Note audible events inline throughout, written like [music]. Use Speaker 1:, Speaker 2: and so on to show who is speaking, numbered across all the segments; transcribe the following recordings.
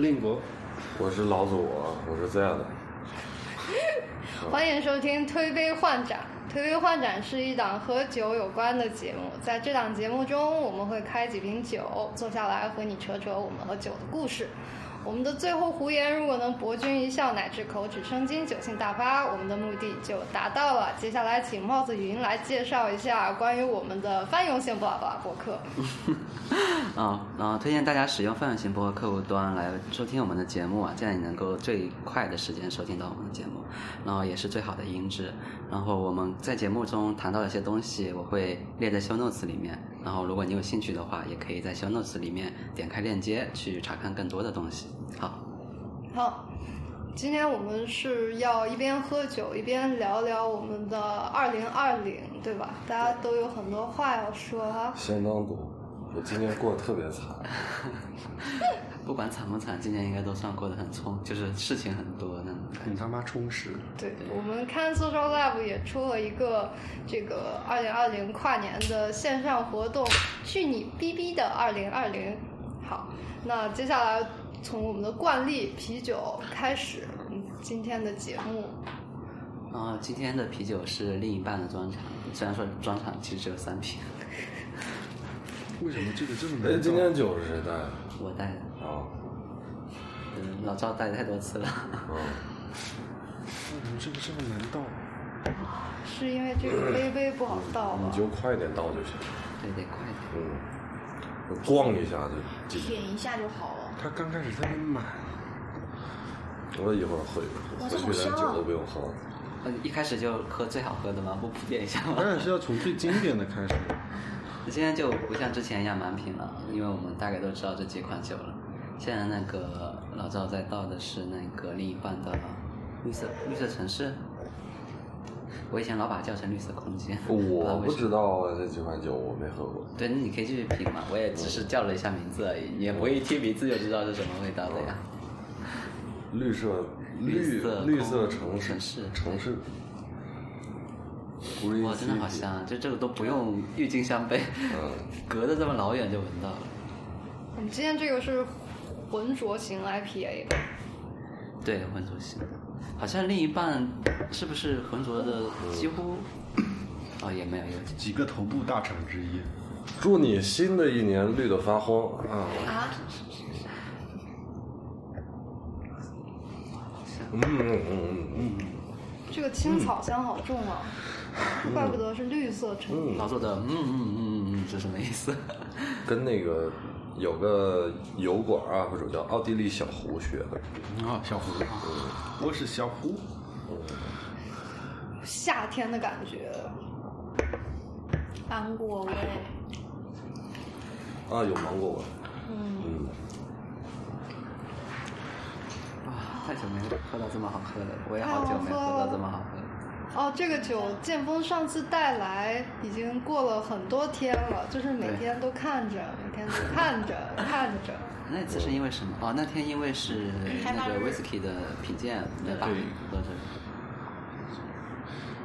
Speaker 1: 定
Speaker 2: [laughs]
Speaker 1: 国，
Speaker 3: 我是老祖啊，我是 Z 的。
Speaker 4: 欢迎收听《推杯换盏》。《推杯换盏》是一档和酒有关的节目，在这档节目中，我们会开几瓶酒，坐下来和你扯扯我们和酒的故事。我们的最后胡言如果能博君一笑，乃至口齿生津，酒性大发，我们的目的就达到了。接下来，请帽子云来介绍一下关于我们的泛用性布拉布拉博客。
Speaker 2: 啊啊！推荐大家使用泛用型播客客户端来收听我们的节目啊，这样你能够最快的时间收听到我们的节目，然后也是最好的音质。然后我们在节目中谈到的一些东西，我会列在 show notes 里面。然后如果你有兴趣的话，也可以在 show notes 里面点开链接去查看更多的东西。好，
Speaker 4: 好，今天我们是要一边喝酒一边聊聊我们的二零二零，对吧？大家都有很多话要说哈。
Speaker 3: 相当苦，我今年过得特别惨，
Speaker 2: 不管惨不惨，今年应该都算过得很充，就是事情很多那种感觉。
Speaker 5: 很他妈充实。
Speaker 4: 对，我们看 Social Lab 也出了一个这个二零二零跨年的线上活动，去你逼逼的二零二零。好，那接下来从我们的惯例啤酒开始，嗯，今天的节目。
Speaker 2: 然后啊今天的啤酒是另一半的专场，虽然说专场其实只有三瓶，
Speaker 5: 为什么这个这么
Speaker 3: 哎，
Speaker 5: 难造？
Speaker 3: 今天酒是谁带的？
Speaker 2: 我带的，
Speaker 3: 啊，
Speaker 2: 嗯，老赵带太多次了。 [laughs]
Speaker 3: 嗯，
Speaker 5: 为什么这个这么难啊到？
Speaker 4: 是因为这
Speaker 3: [clears throat]
Speaker 4: 个杯杯不好倒吧
Speaker 3: 你？就快点到就行。
Speaker 2: 对，得快点。
Speaker 3: 嗯，我逛一下就进。
Speaker 6: 舔一下就好了。
Speaker 5: 他啊刚开始特别满，
Speaker 3: 我一会儿
Speaker 6: 哇
Speaker 3: 回
Speaker 6: 这好
Speaker 3: 回去连
Speaker 6: 香啊
Speaker 3: 酒都不用喝了。
Speaker 2: 呃，一开始就喝最好喝的吗？不铺垫一下
Speaker 5: 当
Speaker 2: 吗？
Speaker 5: 然是要从最经典的开始。
Speaker 2: 现在就不像之前一样满品了，因为我们大概都知道这几款酒了。现在那个老赵在倒的是那个另一半的绿色绿色城市，我以前老把它叫成绿色空间，知道
Speaker 3: 我
Speaker 2: 为
Speaker 3: 不
Speaker 2: 什么
Speaker 3: 知道啊，这几款酒我没喝过。
Speaker 2: 对，你可以继续品嘛，我也只是叫了一下名字而已，你也不会一听名字就知道是什么味道的呀。
Speaker 3: 绿色
Speaker 2: 绿
Speaker 3: 绿
Speaker 2: 色
Speaker 3: 绿色
Speaker 2: 空
Speaker 3: 城市
Speaker 2: 城市
Speaker 3: 城市，
Speaker 2: 哇，真的好香啊！就这个都不用郁金香杯，隔得这么老远就闻到了。
Speaker 4: 我们今天这个是浑浊型 IPA 吧？
Speaker 2: 对，浑浊型，好像另一半是不是浑浊的几乎？哦，也没有有几
Speaker 5: 几个头部大厂之一，
Speaker 3: 祝你新的一年绿得发慌啊！
Speaker 6: 啊，
Speaker 3: 嗯嗯嗯嗯
Speaker 4: 这个青草香好重啊，
Speaker 3: 嗯
Speaker 4: 怪不得是绿色橙色。
Speaker 2: 老做的嗯嗯嗯嗯嗯，这什么意思？
Speaker 3: 嗯，跟那个有个油管 UP 主叫奥地利小胡学的，
Speaker 5: 啊，小胡，我是小胡，
Speaker 4: 夏天的感觉。
Speaker 6: 芒果味，
Speaker 3: 啊，有芒果味。嗯，
Speaker 2: 哇，太久没喝到这么好喝的，我也好久没喝到这么好喝的。
Speaker 4: 哦，这个酒剑锋上次带来已经过了很多天了，就是每天都看着，每天都看着
Speaker 3: [laughs]
Speaker 4: 看着。
Speaker 2: 那次是因为什么？哦，那天因为是
Speaker 6: 开
Speaker 2: 那
Speaker 6: 发
Speaker 2: 个
Speaker 6: 日
Speaker 2: whisky 的品鉴，对吧？喝着，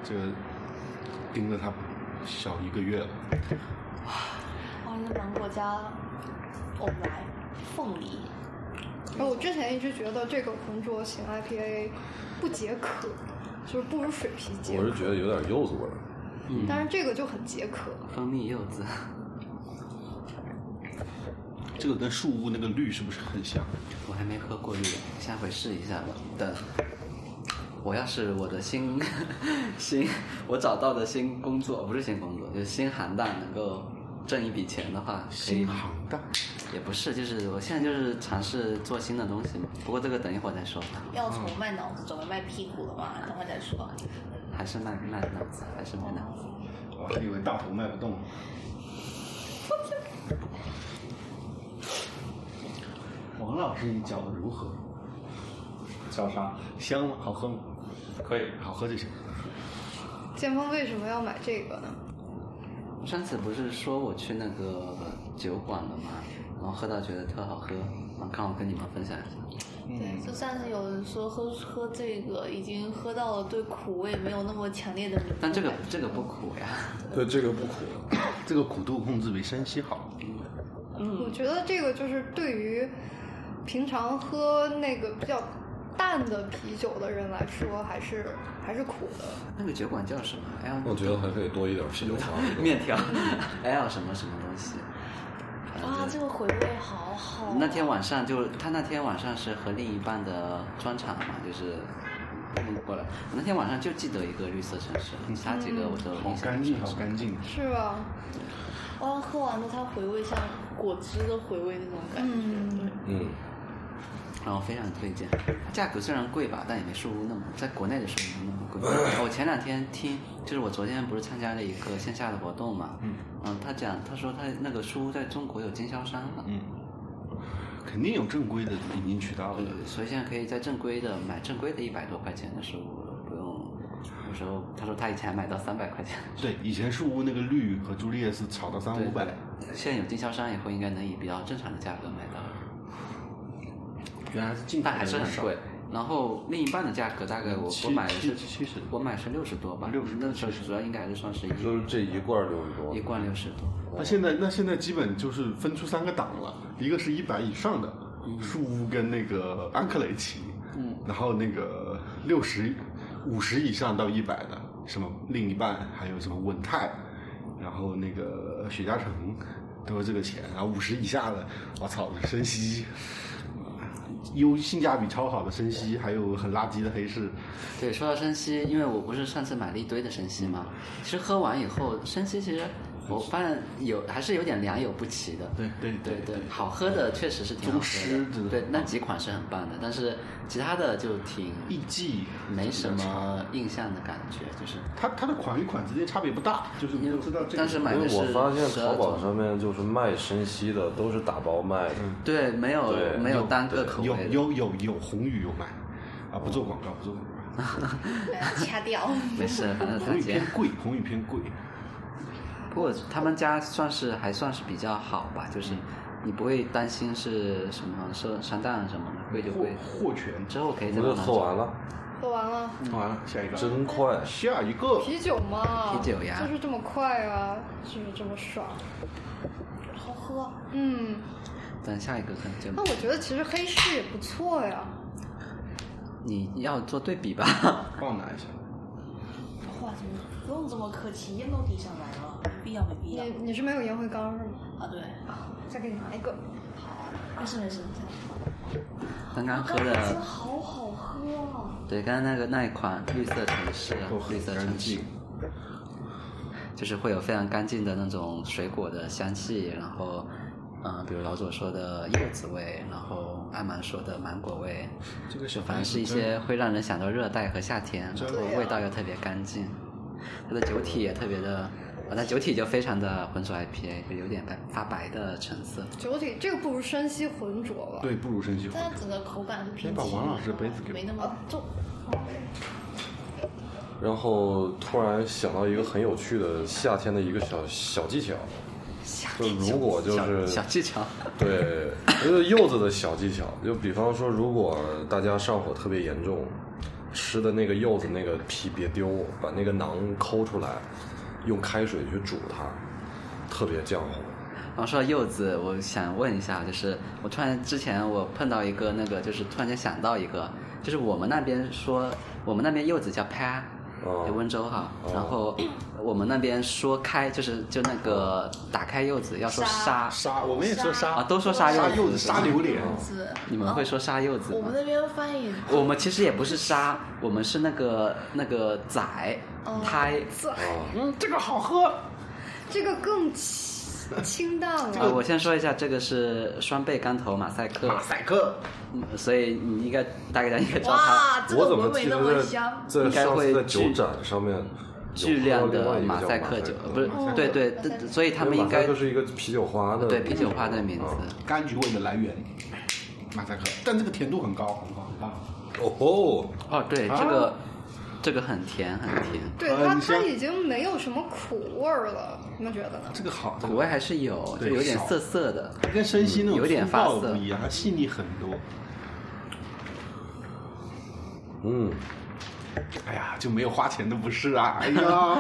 Speaker 5: 这个盯了他小一个月了。
Speaker 6: 哇，哦那芒果加偶来凤梨，
Speaker 4: 呃我之前一直觉得这个浑浊型 IPA 不解渴，就是不如水啤解
Speaker 3: 我是嗯
Speaker 4: 渴，
Speaker 3: 觉得有点柚子味儿。
Speaker 4: 但是这个就很解渴。
Speaker 2: 蜂蜜柚子，
Speaker 5: 这个跟树屋那个绿是不是很像？
Speaker 2: 我还没喝过绿的，下回试一下吧。等我要是我的新新我找到的新工作，不是新工作，就是新行当能够挣一笔钱的话，可以
Speaker 5: 新行当，
Speaker 2: 也不是，就是我现在就是尝试做新的东西嘛。不过这个等一会儿再说吧，
Speaker 6: 要
Speaker 5: 嗯
Speaker 6: 从卖脑子转为卖屁股的嘛，等会再说。
Speaker 2: 还是卖卖脑子，还是卖脑子。
Speaker 5: 我还以为大头卖不动。 [laughs] 王老师，你脚如何？
Speaker 7: 叫啥？
Speaker 5: 香吗？好喝吗？
Speaker 7: 可以。
Speaker 5: 好喝就行。
Speaker 4: 剑锋为什么要买这个呢？
Speaker 2: 上次不是说我去那个酒馆了吗？然后喝到觉得特好喝，然后看我跟你们分享一下。
Speaker 5: 嗯
Speaker 6: 对，就上次有人说喝喝这个已经喝到了对苦味没有那么强烈的敏
Speaker 2: 但这
Speaker 6: 感，
Speaker 2: 个这个不苦呀，
Speaker 3: 对，这个不苦。
Speaker 5: 这个苦度控制比山西好。
Speaker 2: 嗯
Speaker 4: 我觉得这个就是对于平常喝那个比较淡的啤酒的人来说，还是还是苦的。
Speaker 2: 那个酒馆叫什么？L？
Speaker 3: 我觉得还可以多一点啤酒花。
Speaker 2: 面 [laughs] 条 L 哎什么什么东西。
Speaker 6: 啊，这个回味好好啊。
Speaker 2: 那天晚上就他那天晚上是和另一半的专场嘛，就是弄过来。我那天晚上就记得一个绿色城市，其他几个我都
Speaker 5: 嗯好
Speaker 2: 印象
Speaker 5: 干
Speaker 2: 不
Speaker 5: 净，啊
Speaker 2: 深
Speaker 5: 好干净。
Speaker 4: 是吧？
Speaker 2: 啊
Speaker 6: 哇，喝完了它回味像果汁的回味那种感觉。
Speaker 4: 嗯
Speaker 3: 嗯，
Speaker 2: 然后非常推荐，价格虽然贵吧，但也没树屋那么，在国内的树屋那么贵。我前两天听，就是我昨天不是参加了一个线下的活动嘛，嗯，他讲，他说他那个书在中国有经销商了，
Speaker 5: 嗯，肯定有正规的引进渠道的
Speaker 2: 对，。所以现在可以在正规的买正规的一百多块钱的书，不用。有时候他说他以前还买到三百块钱，
Speaker 5: 对，以前树屋那个绿和朱丽叶是炒到三
Speaker 2: 对
Speaker 5: 啊五百，，
Speaker 2: 现在有经销商以后应该能以比较正常的价格买到，
Speaker 5: 原来是进口
Speaker 2: 但
Speaker 5: 的
Speaker 2: 还是很贵。然后另一半的价格大概我
Speaker 5: 七
Speaker 2: 我买的是
Speaker 5: 七七十
Speaker 2: 我买是六十多吧，
Speaker 5: 60
Speaker 2: 那时候主要应该还是双十一，
Speaker 3: 就是这一罐六十多
Speaker 2: 一，罐六十多。
Speaker 5: 那现在那现在基本就是分出三个档了，一个是一百以上的树屋跟那个安克雷奇，嗯，然后那个六十、五十以上到一百的，什么另一半，还有什么稳泰，然后那个雪茄城都是这个钱，然后五十以下的，我操，深吸。优性价比超好的深吸，还有很垃圾的黑市，
Speaker 2: 对，说到生西，因为我不是上次买了一堆的生西嘛，
Speaker 5: 嗯
Speaker 2: 其实喝完以后，生西其实我发现有还是有点良莠不齐的。
Speaker 5: 对对
Speaker 2: 对对，好喝的确实是挺好
Speaker 5: 中式
Speaker 2: 喝
Speaker 5: 的
Speaker 2: 的，对，那几款是很棒的，但是其他的就挺
Speaker 5: 艺伎
Speaker 2: 没什么印象的感觉，就是。
Speaker 5: 它它的款与款之间差别不大，就是你都知道这个。
Speaker 2: 当时买
Speaker 3: 因
Speaker 2: 的
Speaker 3: 为
Speaker 2: 是
Speaker 3: 我发现
Speaker 2: 十
Speaker 3: 淘
Speaker 2: 二
Speaker 3: 宝
Speaker 2: 种，
Speaker 3: 上面就是卖生西的都是打包卖的，
Speaker 2: 对，没有
Speaker 3: 对
Speaker 2: 没有单个口味
Speaker 5: 有
Speaker 2: 的，
Speaker 5: 有有有红宇有卖，啊，不做广告，不做广告。
Speaker 6: 哎掐掉。 [laughs]
Speaker 2: 没事，反正
Speaker 5: 红
Speaker 2: 他
Speaker 5: 宇
Speaker 2: 姐
Speaker 3: [laughs]
Speaker 5: 偏。贵，红宇偏贵。
Speaker 2: 不过他们家算是还算是比较好吧，
Speaker 3: 嗯
Speaker 2: 就是你不会担心是什么说山蛋什么的，
Speaker 3: 嗯
Speaker 2: 贵就
Speaker 5: 货
Speaker 2: 贵。
Speaker 5: 货全，
Speaker 2: 之后可以
Speaker 3: 我
Speaker 2: 再
Speaker 3: 们
Speaker 2: 慢
Speaker 3: 就
Speaker 2: 慢
Speaker 3: 喝完
Speaker 2: 找。
Speaker 3: 了，
Speaker 4: 喝完了，
Speaker 5: 完了，下一个，
Speaker 3: 真快。
Speaker 5: 下一个，
Speaker 4: 啤酒嘛，
Speaker 2: 啤酒呀
Speaker 4: 就是这么快啊，就是这么爽。
Speaker 6: 好喝，
Speaker 4: 嗯，
Speaker 2: 等下一个可能
Speaker 4: 那
Speaker 2: 就
Speaker 4: 我觉得其实黑市也不错呀。
Speaker 2: 你要做对比吧。
Speaker 5: 帮我拿一下。
Speaker 6: 哇，怎么不用这么客气，烟都递上来了，没必要，没必
Speaker 4: 你
Speaker 6: 要。
Speaker 4: 你是没有烟灰缸是吗？
Speaker 6: 啊，对，
Speaker 4: 再给你拿一个。
Speaker 6: 没事没事。
Speaker 2: 刚刚喝
Speaker 6: 刚才
Speaker 2: 的
Speaker 6: 真，好好喝啊！
Speaker 2: 对，刚刚那个那一款绿色城市啊
Speaker 5: 都，
Speaker 2: 绿
Speaker 5: 哦很
Speaker 2: 色
Speaker 5: 干
Speaker 2: 城市
Speaker 5: 净，
Speaker 2: 就是会有非常干净的那种水果的香气，然后。嗯，比如老左说的柚子味，然后阿满说的芒果味，
Speaker 5: 这个
Speaker 2: 就
Speaker 5: 小白
Speaker 2: 反正是一些会让人想到热带和夏天，然
Speaker 5: 啊
Speaker 2: 后味道又特别干净，它的酒体也特别的，啊，那酒体就非常的浑浊 IPA，就有点白发白的橙色。
Speaker 4: 酒体这个不如山西浑浊吧？
Speaker 5: 对，不如生西红
Speaker 6: 但它整个口感是
Speaker 5: 先
Speaker 6: 平
Speaker 5: 把
Speaker 6: 齐
Speaker 5: 王老师
Speaker 6: 的
Speaker 5: 杯子给我
Speaker 6: 没那么重。
Speaker 3: 然后突然想到一个很有趣的夏天的一个小小技巧，就如果就
Speaker 2: 小
Speaker 3: 是
Speaker 2: 小技巧，
Speaker 3: 对，就是柚子的小技巧，就比方说，如果大家上火特别严重，吃的那个柚子那个皮别丢，把那个囊抠出来，用开水去煮它，特别降火。
Speaker 2: 然后说到柚子，我想问一下，就是我突然之前我碰到一个那个，就是突然间想到一个，就是我们那边说我们那边柚子叫啪，
Speaker 3: 哦
Speaker 2: 就温州哈，
Speaker 3: 哦
Speaker 2: 然后我们那边说开就是就那个打开柚子要说杀
Speaker 6: 杀
Speaker 5: 沙，我们也说沙，
Speaker 2: 啊，都说杀
Speaker 5: 沙
Speaker 2: 柚
Speaker 5: 柚子、
Speaker 2: 是吗嗯
Speaker 5: 沙榴莲，
Speaker 6: 是，
Speaker 2: 你们会说杀柚子
Speaker 6: 我
Speaker 2: 吗
Speaker 6: 们？那边翻译
Speaker 2: 我们其实也不是杀，我们是那个那个宰拍，
Speaker 3: 啊
Speaker 5: 嗯，这个好喝。
Speaker 4: 这个更清清淡
Speaker 2: 呃，
Speaker 4: 了。
Speaker 2: 我先说一下，这个是双倍干头马赛克，
Speaker 5: 马赛克，
Speaker 2: 嗯所以你应该大概应该知道它
Speaker 6: 哇，这
Speaker 3: 我
Speaker 6: 个
Speaker 3: 怎么
Speaker 6: 闻没
Speaker 3: 记
Speaker 6: 那么
Speaker 3: 得
Speaker 6: 香。
Speaker 3: 在在
Speaker 2: 应该
Speaker 3: 上
Speaker 2: 会
Speaker 3: 次在酒
Speaker 2: 巨
Speaker 3: 展上面有
Speaker 2: 巨量
Speaker 3: 喝另外
Speaker 2: 的
Speaker 3: 一个
Speaker 2: 马
Speaker 3: 叫
Speaker 2: 赛
Speaker 3: 马
Speaker 2: 克酒，不是
Speaker 5: 马赛克
Speaker 2: 对对，对所以他们
Speaker 3: 因为
Speaker 2: 应
Speaker 3: 马
Speaker 2: 该
Speaker 3: 赛克是一个嗯啤酒花的
Speaker 2: 对啤酒花的名字。
Speaker 5: 柑橘味的来源，马赛克，但这个甜度很高，很高，很棒。
Speaker 3: 哦啊吼，
Speaker 2: 哦，对这个这个很甜很甜，
Speaker 4: 对
Speaker 5: 呃
Speaker 4: 它，
Speaker 5: 你
Speaker 4: 它
Speaker 5: 先
Speaker 4: 已经没有什么苦味儿了，你们觉得呢？
Speaker 5: 这个好，这
Speaker 2: 苦
Speaker 5: 个
Speaker 2: 味还是有，就
Speaker 5: 对
Speaker 2: 有点
Speaker 5: 少
Speaker 2: 涩涩的， [laughs]
Speaker 5: 它跟生西那种
Speaker 2: 嗯有点
Speaker 5: 粗
Speaker 2: 发
Speaker 5: 暴
Speaker 2: 涩
Speaker 5: 不一样，它细腻很多。
Speaker 3: 嗯，
Speaker 5: 哎呀，就没有花钱的不是啊！哎呀，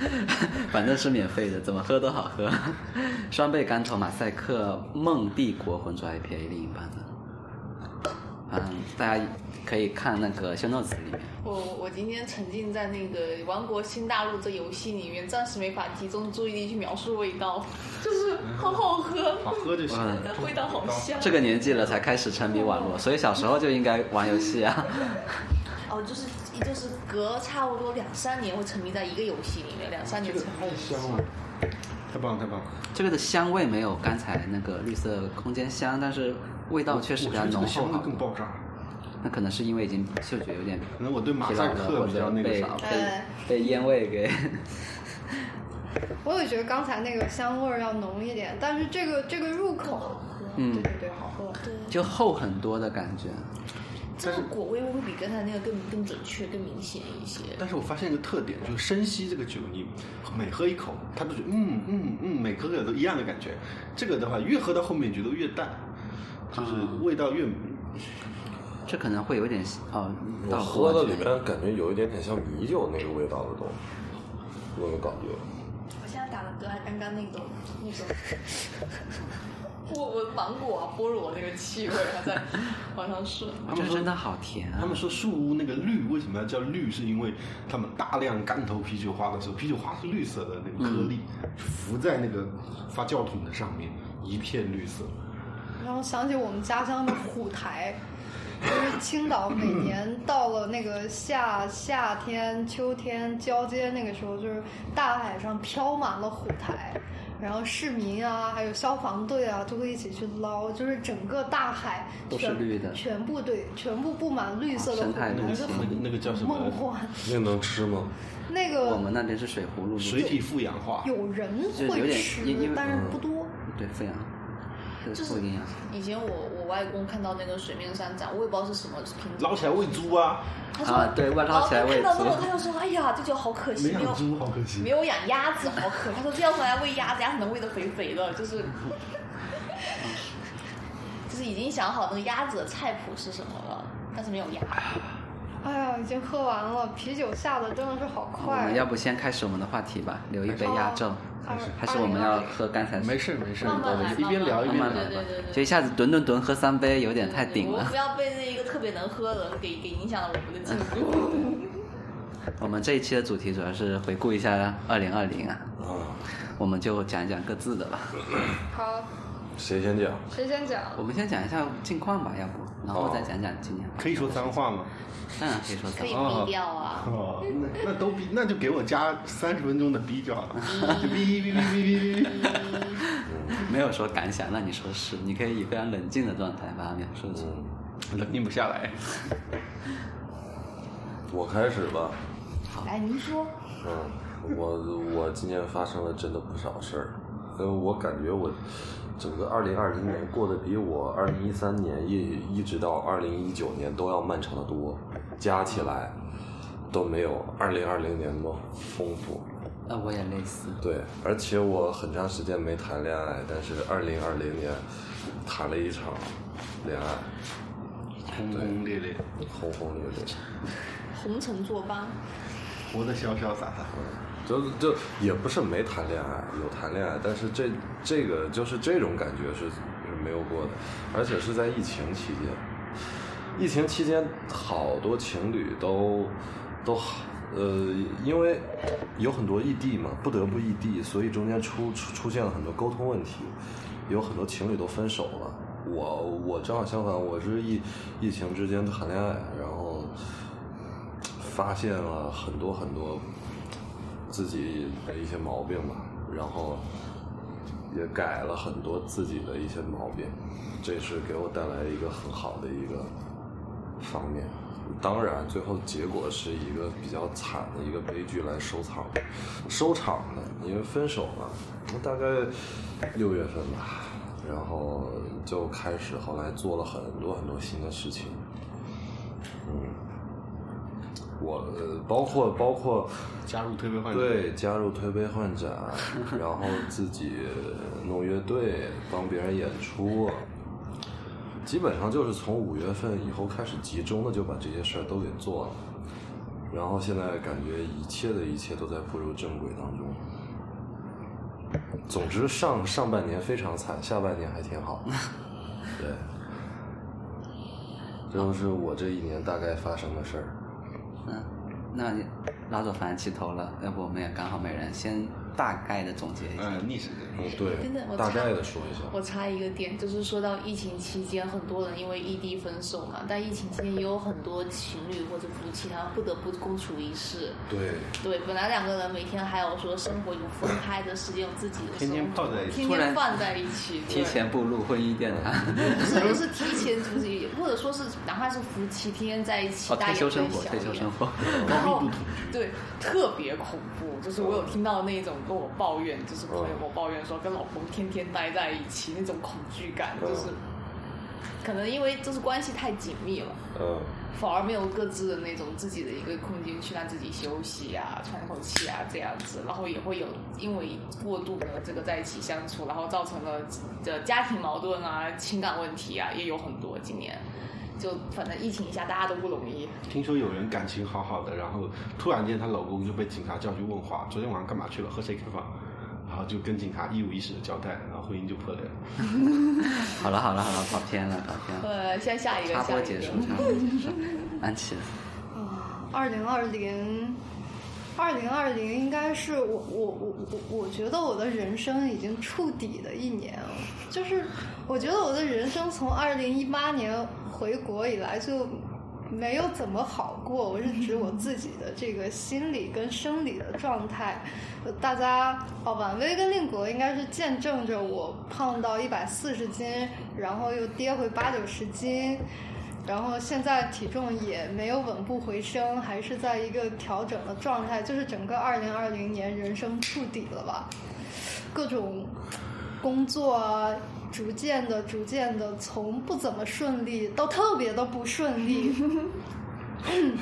Speaker 2: [laughs] 反正是免费的，怎么喝都好喝。 [laughs] 双倍干头马赛克梦帝国浑浊 IPA 另一半的，嗯，大家可以看那个 show notes 里面。
Speaker 6: 我我今天沉浸在那个《王国新大陆》这游戏里面，暂时没法集中注意力去描述味道，就是好好喝，
Speaker 5: 好喝就行。
Speaker 6: 味道好香。
Speaker 2: 这个年纪了才开始沉迷网络，所以小时候就应该玩游戏啊。
Speaker 6: 哦，就是就是隔差不多两三年会沉迷在一个游戏里面，两三
Speaker 5: 这
Speaker 6: 年
Speaker 5: 个
Speaker 6: 沉
Speaker 5: 太香了，太棒了太棒了！
Speaker 2: 这个的香味没有刚才那个绿色空间香，但是味道确实
Speaker 5: 我
Speaker 2: 比
Speaker 5: 觉
Speaker 2: 较浓
Speaker 5: 得这个
Speaker 2: 厚啊
Speaker 5: 香
Speaker 2: 好
Speaker 5: 味
Speaker 2: 多
Speaker 5: 更爆炸。
Speaker 2: 那可能是因为已经嗅觉有点
Speaker 5: 可能我对马
Speaker 2: 疲劳
Speaker 5: 赛
Speaker 2: 了，
Speaker 5: 克
Speaker 2: 或
Speaker 5: 比较
Speaker 2: 者
Speaker 5: 那个
Speaker 2: 被
Speaker 5: 啥吧。
Speaker 2: 被被烟味给 [laughs]
Speaker 4: 我也觉得刚才那个香味儿要浓一点，但是这个这个入口，
Speaker 2: 嗯
Speaker 4: 对对对，好喝。
Speaker 6: 对，
Speaker 2: 就厚很多的感觉。
Speaker 6: 这个果味会比刚才那个更更准确、更明显一些。
Speaker 5: 但是我发现一个特点，就是深吸这个酒，你每喝一口，它都觉得嗯嗯嗯，每口口都一样的感觉。这个的话，越喝到后面觉得越淡，就是
Speaker 2: 啊
Speaker 5: 味道越
Speaker 2: 这可能会有一点哦，
Speaker 3: 我
Speaker 2: 到
Speaker 3: 喝的
Speaker 2: 了
Speaker 3: 里面感觉有一点点像米酒那个味道的东西，那个感觉。
Speaker 6: 我现在打的嗝还刚刚那种那种，我我芒果啊、菠萝那个气味还在往上顺。
Speaker 5: 他
Speaker 2: 这
Speaker 5: 们说
Speaker 2: 真的好甜啊
Speaker 5: 他！们说树屋那个绿为什么要叫绿？是因为他们大量干投啤酒花的时候，啤酒花是绿色的那个颗粒、浮在那个发酵桶的上面，一片绿色。
Speaker 4: 然后想起我们家乡的虎台，就是青岛每
Speaker 2: 嗯
Speaker 4: 年到了那个夏夏天、秋天交接那个时候，就是大海上飘满了虎台，然后市民啊，还有消防队啊，就会一起去捞，就是整个大海
Speaker 2: 都是
Speaker 4: 全
Speaker 2: 绿的啊
Speaker 4: 全部对，全部布满绿色的
Speaker 2: 生
Speaker 4: 虎
Speaker 2: 态
Speaker 4: 台，
Speaker 2: 绿
Speaker 4: 就
Speaker 2: 色
Speaker 5: 那个
Speaker 4: 很
Speaker 5: 那个叫什么
Speaker 4: 梦幻。
Speaker 3: 那能吃吗？
Speaker 4: 那
Speaker 2: 我
Speaker 4: 个
Speaker 2: 们那边是水葫芦，
Speaker 5: 水体富氧化，
Speaker 4: 有人
Speaker 2: 就有
Speaker 4: 会
Speaker 2: 点
Speaker 4: 吃
Speaker 2: 因因为，嗯
Speaker 4: 但是不多。
Speaker 2: 对富阳，对
Speaker 6: 就是
Speaker 2: 富营养。
Speaker 6: 以前我我外公看到那个水面上长，我也不知道是什么品种，
Speaker 5: 捞起来喂猪啊，
Speaker 6: 他说
Speaker 2: 啊对外捞起来喂
Speaker 6: 然后他看到
Speaker 2: 猪
Speaker 6: 这个，他就说：“哎呀，这就好可惜，
Speaker 5: 没
Speaker 6: 没有
Speaker 5: 养猪好可惜
Speaker 6: 没。有养鸭子，好可。”他说：“这要是来喂鸭子，鸭子能喂得肥肥的，就是
Speaker 2: 嗯
Speaker 6: 就是已经想好那个鸭子的菜谱是什么了，但是没有鸭。
Speaker 4: 哎呀，已经喝完了，啤酒下的真的是好
Speaker 2: 我
Speaker 4: 快啊。
Speaker 2: 们要不先开始我们的话题吧，留一杯压轴，
Speaker 4: 还是
Speaker 2: 还是我们要喝刚才
Speaker 5: 没事没事，
Speaker 6: 慢慢
Speaker 5: 我
Speaker 6: 来
Speaker 5: 们一边聊一
Speaker 2: 慢
Speaker 5: 边
Speaker 2: 慢
Speaker 5: 聊
Speaker 2: 来
Speaker 6: 对对
Speaker 2: 吧
Speaker 5: 吧。
Speaker 6: 对对，
Speaker 2: 就一下子吨吨吨喝三杯，有点太顶
Speaker 6: 我
Speaker 2: 了
Speaker 6: 们不。要被那一个特别能喝的人给给影响了我们的进
Speaker 2: [laughs]
Speaker 6: 度。
Speaker 2: 我们这一期的主题主要是回顾一下二零二零啊，
Speaker 3: 啊，
Speaker 2: 我们就讲一讲各自的吧。
Speaker 4: 好，
Speaker 3: 谁先讲？
Speaker 4: 谁先讲？
Speaker 2: 我们先讲一下近况吧，要不，然后再讲讲今年。
Speaker 5: 可以说脏话吗？
Speaker 2: 当然可以说
Speaker 6: 可以
Speaker 2: 脏话。
Speaker 6: 毙掉啊！
Speaker 5: 哦，那那都逼，那就给我加三十分钟的逼就好了，就逼逼逼逼逼逼。
Speaker 2: 没有说感想，那你说是，你可以以非常冷静的状态把它描述出来。
Speaker 5: 冷静不下来。
Speaker 3: 我开始吧。
Speaker 6: 来，您说，
Speaker 3: 嗯，我 [laughs] 我今年发生了真的不少事儿，因为我感觉我整个二零二零年过得比我二零一三年一一直到二零一九年都要漫长的多，加起来都没有二零二零年那么丰富。
Speaker 2: 那呃我也类似，
Speaker 3: 对，而且我很长时间没谈恋爱，但是二零二零年谈了一场恋爱，
Speaker 5: 轰轰烈烈，
Speaker 3: 轰轰烈烈。
Speaker 6: 红尘作伴，
Speaker 5: 活得潇潇洒洒。
Speaker 3: 就就也不是没谈恋爱，有谈恋爱，但是这这个就是这种感觉是是没有过的，而且是在疫情期间。疫情期间，好多情侣都都好呃，因为有很多异地嘛，不得不异地，所以中间出出出现了很多沟通问题，有很多情侣都分手了。我我正好相反，我是疫疫情之间谈恋爱，然后发现了很多很多自己的一些毛病吧，然后也改了很多自己的一些毛病，这是给我带来一个很好的一个方面。当然，最后结果是一个比较惨的一个悲剧来收场，收场的，因为分手了，大概六月份吧，然后就开始后来做了很多很多新的事情，我呃包括包括
Speaker 5: 加入推杯换盏，
Speaker 3: 对，加入推杯换盏，然后自己弄乐队，帮别人演出，基本上就是从五月份以后开始集中的就把这些事儿都给做了，然后现在感觉一切的一切都在步入正轨当中。总之上上半年非常惨，下半年还挺好。对，这就是我这一年大概发生的事儿。
Speaker 2: 嗯，那你老总反正起头了，要不我们也刚好每人先大概的总结一下。
Speaker 5: 嗯，逆时针。
Speaker 3: 嗯，对
Speaker 6: 真的，我，
Speaker 3: 大
Speaker 6: 插
Speaker 3: 概的说一下。
Speaker 6: 我插一个点，就是说到疫情期间，很多人因为异地分手嘛，但疫情期间也有很多情侣或者夫妻，他们不得不共处一室。
Speaker 3: 对，
Speaker 6: 对，本来两个人每天还有说生活有分开的时间，有自己的生
Speaker 5: 天
Speaker 6: 活，
Speaker 5: 天泡在一起
Speaker 6: 天
Speaker 2: 突然
Speaker 6: 天放在一起，对
Speaker 2: 提前步入婚姻殿堂，
Speaker 6: 不是就是提前出去，或者说是哪怕是夫妻天天在一起，
Speaker 2: 哦，退
Speaker 6: 大眼
Speaker 2: 休生
Speaker 6: 瞪
Speaker 2: 活，
Speaker 6: 小
Speaker 2: 退休
Speaker 6: 眼
Speaker 2: 生活，
Speaker 6: 然后对特别恐怖，就是我有
Speaker 2: 嗯
Speaker 6: 听到那种跟我抱怨，就是朋友跟我抱怨说跟老公天天待在一起那种恐惧感，就是
Speaker 2: 嗯
Speaker 6: 可能因为就是关系太紧密了，
Speaker 3: 嗯，
Speaker 6: 反而没有各自的那种自己的一个空间去让自己休息啊、喘口气啊这样子，然后也会有因为过度的这个在一起相处，然后造成了的家庭矛盾啊、情感问题啊也有很多。今年就反正疫情一下，大家都不容易。
Speaker 5: 听说有人感情好好的，然后突然间她老公就被警察叫去问话，昨天晚上干嘛去了，和谁开房，然后就跟警察一五一十的交代，然后婚姻就破裂了。
Speaker 2: 好了好了好了，跑偏了跑偏了，
Speaker 6: [laughs] 呃，先下一
Speaker 2: 嗯
Speaker 6: 个，
Speaker 2: 插
Speaker 6: 下
Speaker 2: 播
Speaker 6: 一个
Speaker 2: 结束，插播结束，安琪呢，
Speaker 4: 嗯二零二零，二零二零应该是我我我我我觉得我的人生已经触底的一年了，就是我觉得我的人生从二零一八年回国以来就没有怎么好过，我是指我自己的这个心理跟生理的状态。呃大家哦，婉薇跟令国应该是见证着我胖到一百四十斤，然后又跌回八九十斤。然后现在体重也没有稳步回升，还是在一个调整的状态，就是整个二零二零年人生触底了吧，各种工作啊，逐渐的、逐渐的从不怎么顺利到特别的不顺利。嗯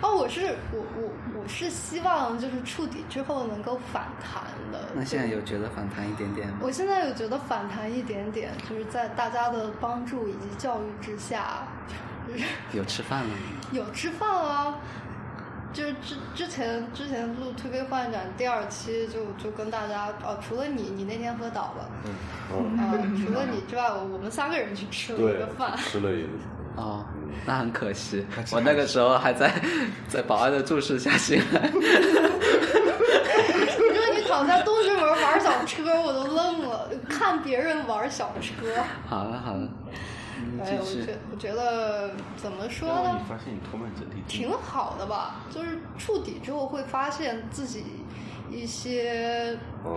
Speaker 4: 哦，我是我我我是希望就是触底之后能够反弹的。
Speaker 2: 那现在有觉得反弹一点点吗？
Speaker 4: 我现在有觉得反弹一点点，就是在大家的帮助以及教育之下，就是
Speaker 2: 有吃饭了吗？
Speaker 4: 有吃饭啊。就是之之前之前录推杯换盏第二期就就跟大家哦，除了你，你那天喝倒了，
Speaker 2: 哦
Speaker 3: 嗯，
Speaker 4: 啊，除了你之外，我我们三个人去吃了一
Speaker 3: 对
Speaker 4: 个饭，，啊
Speaker 3: 吃了一个，
Speaker 6: 嗯
Speaker 2: 哦，那很可惜，我那个时候还在 [laughs] 在保安的注视下醒来。
Speaker 4: [laughs] 你说你躺在东直门玩小车，我都愣了，看别人玩小车，
Speaker 2: [laughs] 好了好了，嗯
Speaker 4: 哎，
Speaker 2: 继
Speaker 4: 我
Speaker 2: 续
Speaker 4: 觉。我觉得怎么说
Speaker 5: 然后
Speaker 4: 呢
Speaker 5: 哎你？发现你拖慢整体进
Speaker 4: 挺
Speaker 5: 度，
Speaker 4: 好的吧，就是触底之后会发现自己一些
Speaker 3: 嗯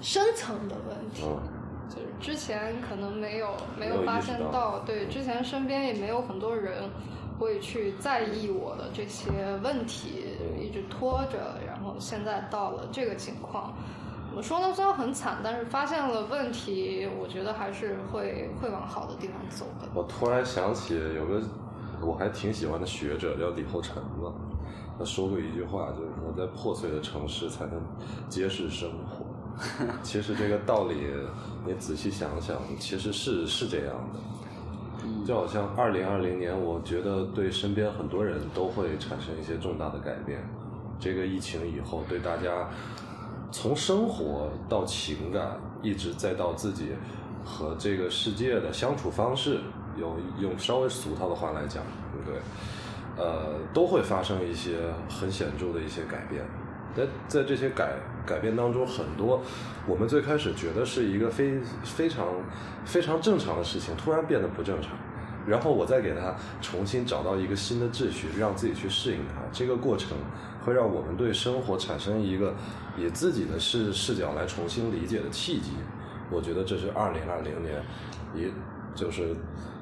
Speaker 4: 深层的问题，
Speaker 3: 嗯，
Speaker 4: 就是之前可能没有没
Speaker 3: 没有
Speaker 4: 有
Speaker 3: 意
Speaker 4: 发
Speaker 3: 识
Speaker 4: 现
Speaker 3: 到
Speaker 4: 对，之前身边也没有很多人会去在意我的这些问题，一直拖着，然后现在到了这个情况。怎么说呢？虽然很惨，但是发现了问题，我觉得还是会会往好的地方走的。
Speaker 3: 我突然想起有个我还挺喜欢的学者叫李厚辰嘛，他说过一句话，就是说在破碎的城市才能结实生活。其实这个道理，你仔细想想，其实是是这样的。
Speaker 4: 嗯
Speaker 3: 就好像二零二零年，我觉得对身边很多人都会产生一些重大的改变。这个疫情以后，对大家从生活到情感，一直再到自己和这个世界的相处方式，有用稍微俗套的话来讲，对不对？呃，都会发生一些很显著的一些改变。在在这些改改变当中，很多我们最开始觉得是一个非非常非常正常的事情，突然变得不正常。然后我再给它重新找到一个新的秩序，让自己去适应它。这个过程会让我们对生活产生一个以自己的视视角来重新理解的契机。我觉得这是二零二零年一就是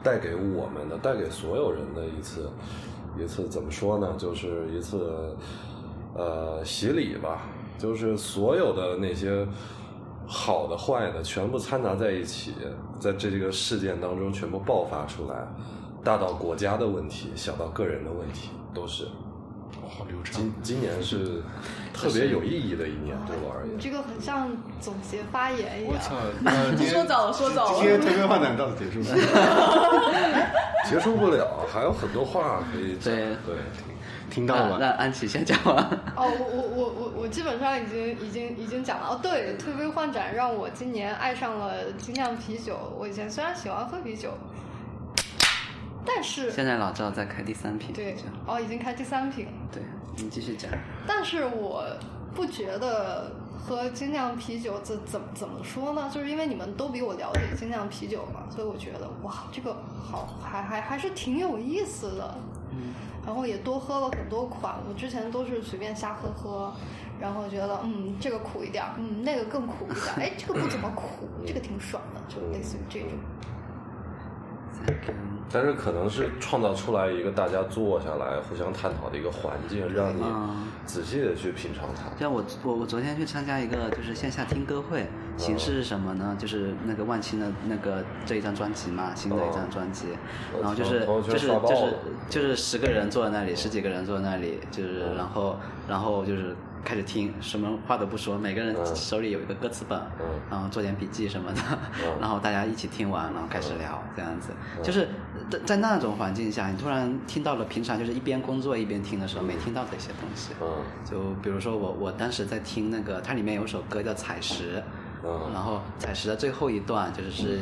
Speaker 3: 带给我们的、带给所有人的一次一次怎么说呢？就是一次呃洗礼吧，就是所有的那些好的、坏的全部掺杂在一起，在这个事件当中全部爆发出来，大到国家的问题，小到个人的问题，都是。
Speaker 5: 哇，好流畅
Speaker 3: 今。今年是特别有意义的一年，对我而
Speaker 4: 你
Speaker 3: 言。
Speaker 4: 这个很像总结发言一
Speaker 5: 我
Speaker 4: 样。
Speaker 5: 操！那
Speaker 4: [laughs]
Speaker 5: 今天
Speaker 6: 说早了说早了
Speaker 5: 今天推杯换盏到此结束。
Speaker 3: 结束不了，还有很多话可以讲。
Speaker 2: 对
Speaker 3: 对，
Speaker 5: [laughs] 听到
Speaker 2: 那
Speaker 5: 了
Speaker 2: 那
Speaker 5: 吗？
Speaker 2: 安琪先讲完。
Speaker 4: 哦，我我我我我基本上已经已经已经讲了哦。对，推杯换盏让我今年爱上了精酿啤酒。我以前虽然喜欢喝啤酒，但是
Speaker 2: 现在老赵在开第三瓶，
Speaker 4: 对
Speaker 2: 这样，
Speaker 4: 哦，已经开第三瓶了，
Speaker 2: 对，你继续讲。
Speaker 4: 但是我不觉得喝精酿啤酒这怎么怎么说呢？就是因为你们都比我了解精酿啤酒嘛，所以我觉得哇，这个好还还还是挺有意思的。
Speaker 2: 嗯，
Speaker 4: 然后也多喝了很多款，我之前都是随便瞎喝喝，然后觉得嗯这个苦一点儿，嗯那个更苦一点儿，哎这个不怎么苦，这个挺爽的，就类似于这种。
Speaker 3: 但是可能是创造出来一个大家坐下来互相探讨的一个环境，让你
Speaker 2: 嗯
Speaker 3: 仔细的去品尝它。
Speaker 2: 像我我我昨天去参加一个就是线下听歌会，形式是什么呢？就是那个万青的那个这一张专辑嘛，新的一张专辑，
Speaker 3: 哦
Speaker 2: 然后就是
Speaker 3: 朋友圈
Speaker 2: 就是
Speaker 3: 刷爆
Speaker 2: 就
Speaker 3: 了
Speaker 2: 是就是十个人坐在那里，十几个人坐在那里，就是
Speaker 3: 哦
Speaker 2: 然后然后就是开始听，什么话都不说，每个人
Speaker 3: 嗯
Speaker 2: 手里有一个歌词本，
Speaker 3: 嗯
Speaker 2: 然后做点笔记什么的
Speaker 3: 嗯，
Speaker 2: 然后大家一起听完，然后开始聊这样子，就是在在那种环境下，你突然听到了平常就是一边工作一边听的时候没听到的一些东西，
Speaker 3: 嗯
Speaker 2: 就比如说我我当时在听那个，它里面有首歌叫《采石》，
Speaker 3: 嗯
Speaker 2: 然后《采石》的最后一段就是是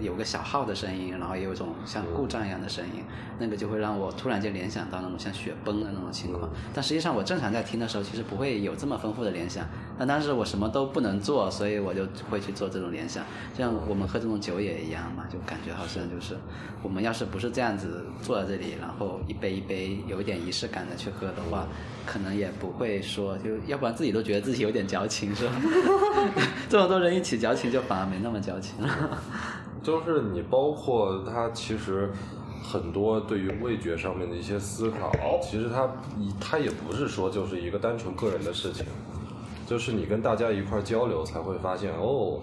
Speaker 2: 有个小号的声音，然后也有一种像故障一样的声音，那个就会让我突然间联想到那种像雪崩的那种情况。但实际上我正常在听的时候，其实不会有这么丰富的联想。但当时我什么都不能做，所以我就会去做这种联想。像我们喝这种酒也一样嘛，就感觉好像就是我们要是不是这样子坐在这里，然后一杯一杯有一点仪式感的去喝的话，可能也不会说，就要不然自己都觉得自己有点矫情，是吧？这么多人一起矫情，就反而没那么矫情了。 [laughs]
Speaker 3: 就是你包括它其实很多对于味觉上面的一些思考，其实它它也不是说就是一个单纯个人的事情，就是你跟大家一块儿交流才会发现哦。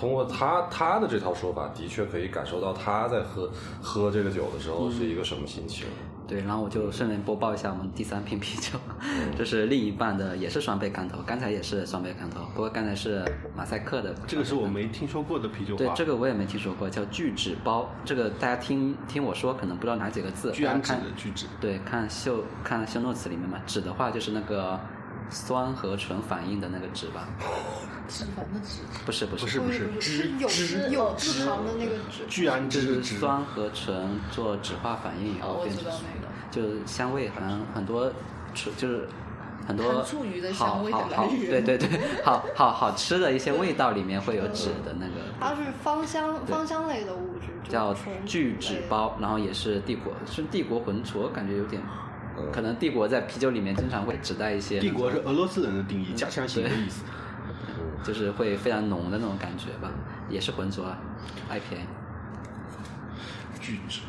Speaker 3: 通过他他的这套说法，的确可以感受到他在喝喝这个酒的时候是一个什么心情。
Speaker 2: 对，然后我就顺便播报一下我们第三瓶啤酒，就是另一半的，也是双倍干头，刚才也是双倍干头，不过刚才是马赛克的。
Speaker 5: 这个是我没听说过的啤酒
Speaker 2: 对
Speaker 5: 花，，
Speaker 2: 这个我也没听说过，叫聚酯包。这个大家听听我说，可能不知道哪几个字。
Speaker 5: 居
Speaker 2: 大
Speaker 5: 然指
Speaker 2: 家看
Speaker 5: 的句子，
Speaker 2: 对，看秀看秀 notes 里面嘛，酯的话就是那个酸和醇反应的那个酯吧？
Speaker 6: 脂肪的脂，
Speaker 2: 不是不是
Speaker 5: 不是不是
Speaker 4: 不
Speaker 5: 知
Speaker 4: 是有
Speaker 5: 知
Speaker 4: 有字旁的那个纸，
Speaker 5: 居然
Speaker 2: 就
Speaker 5: 这
Speaker 2: 是
Speaker 5: 指
Speaker 2: 酸和醇做酯化反应以
Speaker 6: 哦
Speaker 2: 后
Speaker 6: 我
Speaker 2: 变
Speaker 6: 知
Speaker 2: 成
Speaker 6: 道那
Speaker 2: 就是香味，好像很多出就是很多
Speaker 6: 糖醋鱼的
Speaker 2: 好
Speaker 6: 香味的
Speaker 2: 好好
Speaker 6: 来源
Speaker 2: 对对对，好好好吃的一些味道里面会有酯的那个。
Speaker 4: 它是芳香芳香类的物质，就是
Speaker 2: 叫
Speaker 4: 醇
Speaker 2: 聚酯
Speaker 4: 类的
Speaker 2: 包，然后也是帝国，是帝国浑浊，感觉有点，可能帝国在啤酒里面经常会只带一些
Speaker 5: 呃帝国是俄罗斯人的定义，家乡型的意思。
Speaker 2: 就是会非常浓的那种感觉吧，也是浑浊啊 IPA。
Speaker 5: 句子，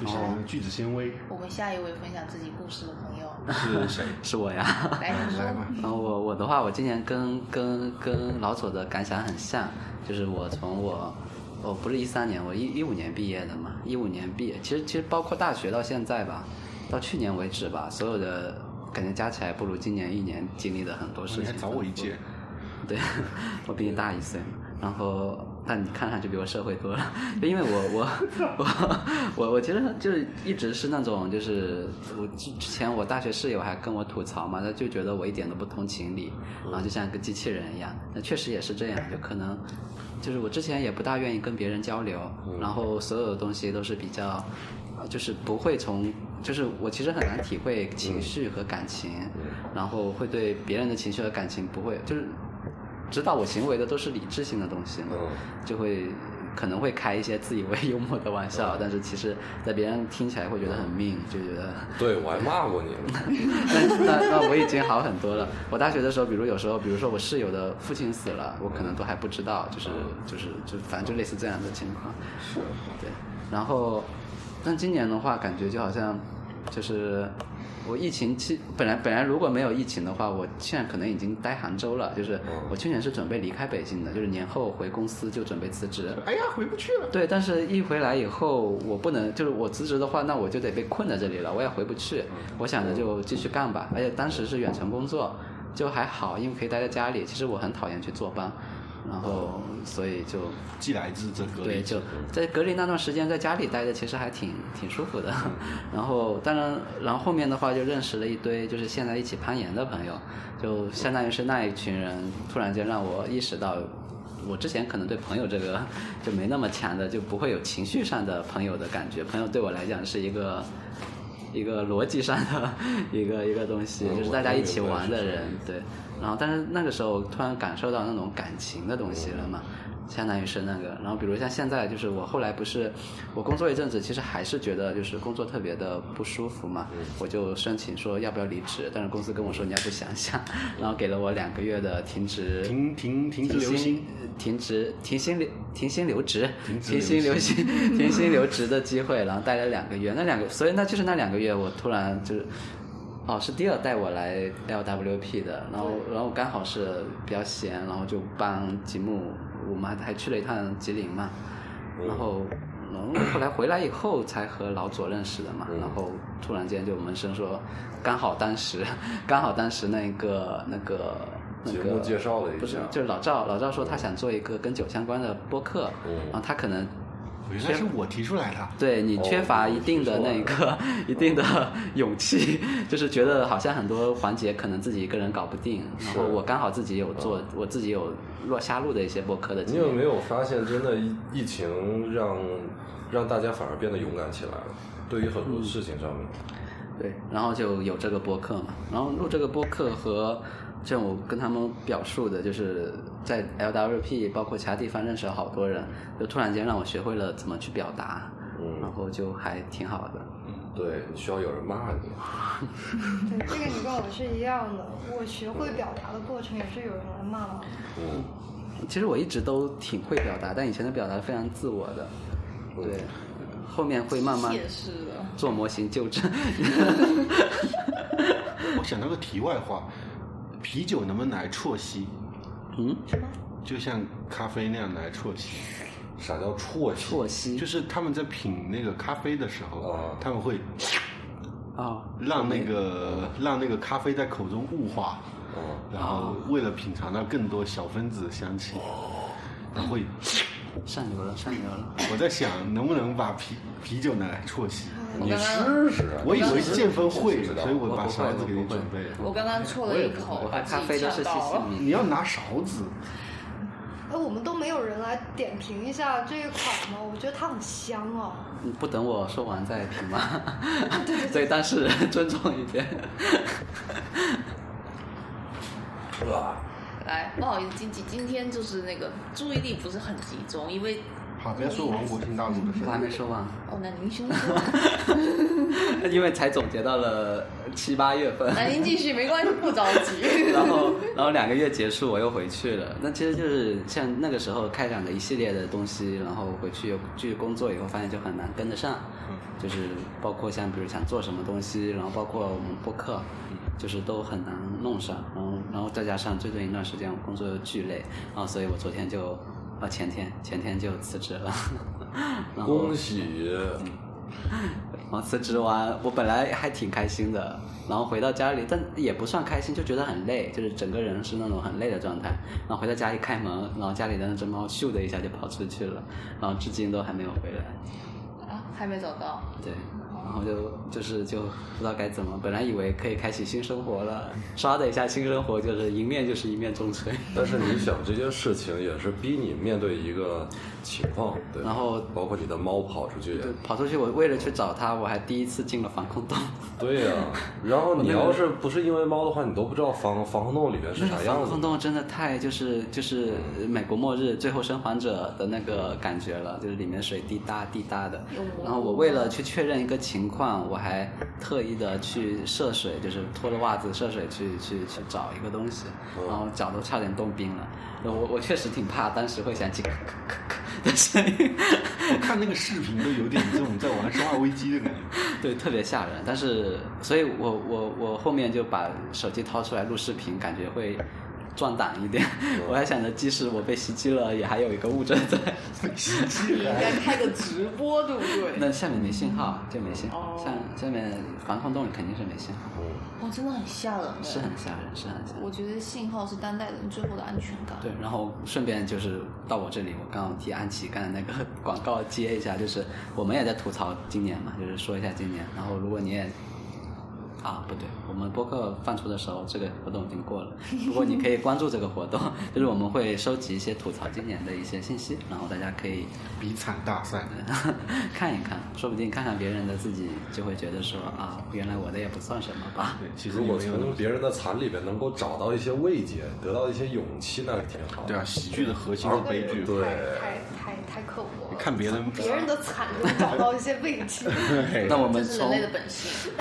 Speaker 5: 就是那个句子纤维
Speaker 6: 我们下一位分享自己故事的朋友，
Speaker 5: 是 [laughs] 谁？
Speaker 2: 是我
Speaker 4: [laughs]
Speaker 2: 呀。
Speaker 6: 来你
Speaker 5: 来吧
Speaker 6: 说，，
Speaker 2: 然后我我的话，我今年跟跟跟老左的感想很像，就是我从我我不是一三年，我一一五年毕业的嘛，一五年毕业，其实其实包括大学到现在吧，到去年为止吧，所有的感觉加起来不如今年一年经历的很多事
Speaker 5: 哦你还
Speaker 2: 情。
Speaker 5: 早我一届。
Speaker 2: 对，我比你大一岁嘛，然后但你看上去比我社会多了，就因为我我我我我其实就是一直是那种就是我之之前我大学室友还跟我吐槽嘛，他就觉得我一点都不通情理，然后就像个机器人一样，那确实也是这样，就可能。就是我之前也不大愿意跟别人交流，然后所有的东西都是比较，呃就是不会从，就是我其实很难体会情绪和感情，
Speaker 3: 嗯
Speaker 2: 然后会对别人的情绪和感情不会，就是指导我行为的都是理智性的东西嘛，
Speaker 3: 嗯
Speaker 2: 就会可能会开一些自以为幽默的玩笑，但是其实在别人听起来会觉得很命，就觉得。
Speaker 3: 对我还骂过你呢，
Speaker 5: [laughs]
Speaker 2: 那那那我已经好很多了。我大学的时候，比如有时候，比如说我室友的父亲死了，我可能都还不知道，就是就是就反正就类似这样的情况。是，对。然后，但今年的话，感觉就好像就是我疫情期本来本来如果没有疫情的话，我现在可能已经待杭州了。就是我去年是准备离开北京的，就是年后回公司就准备辞职。
Speaker 5: 哎呀，回不去了。
Speaker 2: 对，但是一回来以后，我不能，就是我辞职的话，那我就得被困在这里了，我也回不去。我想着就继续干吧，而且当时是远程工作，就还好，因为可以待在家里。其实我很讨厌去坐班，然后所以就
Speaker 5: 既来之则隔
Speaker 2: 对，
Speaker 5: 离。
Speaker 2: 就在隔离那段时间，在家里待着其实还挺挺舒服的。 [laughs] 然后，当然，然后后面的话就认识了一堆就是现在一起攀岩的朋友，就相当于是那一群人突然间让我意识到，我之前可能对朋友这个 [laughs] 就没那么强的，就不会有情绪上的朋友的感觉。朋友对我来讲是一个一个逻辑上的 [laughs] 一个一个东西，
Speaker 3: 嗯
Speaker 2: 就是
Speaker 3: 我
Speaker 2: 大家一起
Speaker 3: 我也
Speaker 2: 玩的
Speaker 3: 是
Speaker 2: 人，对。然后，但是那个时候突然感受到那种感情的东西了嘛，相当于是那个。然后，比如像现在，就是我后来不是我工作一阵子，其实还是觉得就是工作特别的不舒服嘛，我就申请说要不要离职，但是公司跟我说你要不想想，然后给了我两个月的停职
Speaker 5: 停停停止
Speaker 2: 停
Speaker 5: 流
Speaker 2: 薪
Speaker 5: 行，
Speaker 2: 停职、停薪留、停薪留职、
Speaker 5: 停
Speaker 2: 停
Speaker 5: 薪
Speaker 2: 薪
Speaker 5: 留
Speaker 2: 留薪、停薪留职的机会，然后待了两个月。那两个，所以那就是那两个月，我突然就是，哦，是第二带我来 LWP 的，然后然后刚好是比较闲，然后就帮吉木，我们还还去了一趟吉林嘛，
Speaker 5: 嗯
Speaker 2: 然后。然后后来回来以后才和老左认识的嘛，
Speaker 5: 嗯
Speaker 2: 然后突然间就萌生说，刚好当时， [laughs] 刚好当时那个那个那
Speaker 3: 节
Speaker 2: 个
Speaker 3: 目介绍了一
Speaker 2: 不是
Speaker 3: 下
Speaker 2: 就是老赵，老赵说他想做一个跟酒相关的播客，
Speaker 3: 嗯
Speaker 2: 然后他可能
Speaker 5: 原来是我提出
Speaker 2: [laughs]
Speaker 5: 来的。
Speaker 2: 对你
Speaker 3: 哦
Speaker 2: 缺乏
Speaker 3: 我
Speaker 2: 一定的
Speaker 3: 听说啊
Speaker 2: 那
Speaker 3: 了 [laughs]
Speaker 2: 个一定的勇气，就是觉得好像很多环节可能自己一个人搞不定。然后
Speaker 3: 是嗯
Speaker 2: 我刚好自己有做，我自己有落下路的一些播客的
Speaker 3: 你
Speaker 2: 经
Speaker 3: 有没
Speaker 2: 验。
Speaker 3: 有发现，真的疫疫情让让大家反而变得勇敢起来了？对于很
Speaker 5: 嗯
Speaker 3: 多事情上面，
Speaker 2: 对，然后就有这个播客嘛，然后录这个播客和。像我跟他们表述的，就是在 LWP 包括其他地方认识了好多人，就突然间让我学会了怎么去表达，然
Speaker 3: 嗯，
Speaker 2: 后就还挺好的。
Speaker 3: 对，你需要有人骂你。
Speaker 4: 对，这个你跟我是一样的。我学会表达的过程也是有人来骂我。
Speaker 3: 嗯，
Speaker 2: 其实我一直都挺会表达，但以前的表达非常自我的，对，后面会慢慢
Speaker 6: 也是的。
Speaker 2: 做模型纠正。
Speaker 5: 我想到个题外话，啤酒能不能拿来啜吸？
Speaker 2: 嗯，
Speaker 5: 就像咖啡那样拿来啜吸，
Speaker 3: 嗯啥叫啜泣？
Speaker 2: 啜吸
Speaker 5: 就是他们在品那个咖啡的时候
Speaker 3: 哦，
Speaker 5: 他们会
Speaker 2: 哦，
Speaker 5: 让那个让那个咖啡在口中雾化，
Speaker 3: 嗯，
Speaker 5: 然后为了品尝到更多小分子香气，然后会。
Speaker 2: 上流了，上流了。
Speaker 5: 我在想能不能把啤啤酒拿来啜吸。
Speaker 3: 你试试啊。
Speaker 5: 我以为
Speaker 3: 你试试
Speaker 5: 建峰会，
Speaker 3: 知道
Speaker 5: 所以我把
Speaker 2: 我不会
Speaker 5: 勺子给
Speaker 2: 我
Speaker 5: 你
Speaker 2: 不会
Speaker 5: 准备了。
Speaker 6: 我刚刚啜了一口
Speaker 2: 我，喝咖啡都是细
Speaker 6: 到
Speaker 2: 细
Speaker 6: 了。
Speaker 2: 密。
Speaker 5: 你要拿勺子，
Speaker 4: 哎，我们都没有人来点评一下这一款吗？我觉得它很香哦。
Speaker 2: 你不等我说完再评吗？所以当事人 [laughs] 尊重一点。
Speaker 6: 来，哎不好意思，今今今天就是那个注意力不是很集中，因为
Speaker 5: 好，不要说王国庆大陆的事
Speaker 2: [laughs] 我还没说完，
Speaker 6: 哦，那您先说，
Speaker 2: 因为才总结到了七八月份。
Speaker 6: 那您继续没关系，不着
Speaker 2: [laughs]
Speaker 6: 急。
Speaker 2: 然后，然后两个月结束，我又回去了。那其实就是像那个时候开展的一系列的东西，然后回去又继续工作以后，发现就很难跟得上。就是包括像比如想做什么东西，然后包括我们播客，就是都很难弄上。然后，然后再加上最近一段时间我工作又巨累，然后所以我昨天就，啊前天前天就辞职了。 [laughs]
Speaker 5: 嗯
Speaker 2: 然后
Speaker 3: 恭喜，
Speaker 2: 然后辞职完，我本来还挺开心的，然后回到家里，但也不算开心，就觉得很累，就是整个人是那种很累的状态。然后回到家一开门，然后家里的那只猫咻的一下就跑出去了，然后至今都还没有回来。
Speaker 6: 啊，还没找到，
Speaker 2: 对，然后就就是就不知道该怎么，本来以为可以开启新生活了，唰的一下，新生活就是迎面就是一面重锤。
Speaker 3: 但是你想这件事情也是逼你面对一个情况，对吧。
Speaker 2: 然后
Speaker 3: 包括你的猫跑出去也
Speaker 2: 对， [laughs] 跑出去，我为了去找它，我还第一次进了防空洞。
Speaker 3: 对 [laughs] 呀、然后你要是不是因为猫的话，你都不知道防防空洞里面是
Speaker 2: 那个
Speaker 3: 啥样
Speaker 2: 防空
Speaker 3: 子。
Speaker 2: 洞真的太就是就是呃美国末日最后生还者的那个感觉了，就是里面水滴答滴答的
Speaker 6: 有蘑。菇
Speaker 2: 然后我为了去确认一个情况，我还特意的去涉水，就是脱了袜子涉水去去去找一个东西，
Speaker 3: 哦
Speaker 2: 然后脚都差点冻冰了。我我确实挺怕，当时会想起咔 [laughs] 咔咔咔的声音。
Speaker 5: 我看那个视频都有点这种在玩《生化危机》的感觉。
Speaker 2: [laughs] 对，特别吓人。但是，所以我我我后面就把手机掏出来录视频，感觉会壮胆一点。 [laughs] 我还想着，即使我被袭击了，也还有一个物证在。
Speaker 6: 你应该开个直播，对不对？
Speaker 2: 那下面没信号，啊就没信号。
Speaker 6: 哦
Speaker 2: 下下面防空洞里肯定是没信号，
Speaker 6: 哇，真的很吓人。
Speaker 2: 是很吓人，是很吓人
Speaker 6: 我。觉得信号是当代人最后的安全感。
Speaker 2: 对，然后顺便就是到我这里，我刚好替安琪刚才那个 [laughs] 广告接一下，就是我们也在吐槽今年嘛，就是说一下今年。然后如果你也啊，不对，我们播客放出的时候，这个活动已经过了。不过你可以关注这个活动， [laughs] 就是我们会收集一些吐槽今年的一些信息，然后大家可以 [laughs]
Speaker 5: 比惨大赛，
Speaker 2: 看一看，说不定看看别人的自己就会觉得说啊，原来我的也不算什么吧。
Speaker 5: 对，其实
Speaker 3: 如果
Speaker 5: 你没有
Speaker 3: 从别人的惨里边能够找到一些慰藉，得到一些勇气，那挺好的。
Speaker 5: 对啊，喜剧的核心是悲剧，
Speaker 3: 对
Speaker 4: 太太太太刻薄了。
Speaker 5: 看别人
Speaker 4: 哦别人的惨都找到一些慰藉，
Speaker 5: 对
Speaker 2: 那我们
Speaker 6: 这是人
Speaker 2: 从
Speaker 6: 类的本性。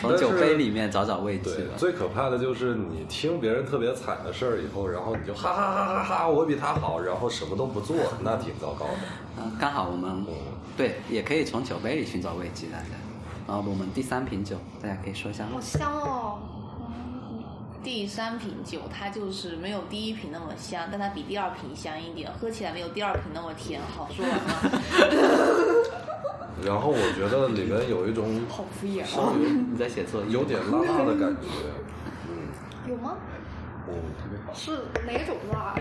Speaker 2: 从酒杯里面找找慰藉
Speaker 3: 对，
Speaker 2: 吧。
Speaker 3: 最可怕的就是你听别人特别惨的事儿以后，然后你就哈哈哈哈哈，我比他好，然后什么都不做，那挺糟糕的。
Speaker 2: 啊，刚好我们对也可以从酒杯里寻找慰藉来的。然后我们第三瓶酒，大家可以说一下
Speaker 4: 好
Speaker 2: 吗？
Speaker 4: 香哦！
Speaker 6: 第三瓶酒它就是没有第一瓶那么香，但它比第二瓶香一点，喝起来没有第二瓶那么甜。
Speaker 2: [laughs]
Speaker 6: 好，说完了， [laughs]
Speaker 3: 然后我觉得里面有一种
Speaker 6: 好敷衍
Speaker 3: 稍
Speaker 6: 哦。
Speaker 3: 微
Speaker 2: 你在写作业？
Speaker 3: 有点辣辣的感觉，
Speaker 4: 有吗？
Speaker 3: 嗯，特别好。
Speaker 4: 是哪种辣？啊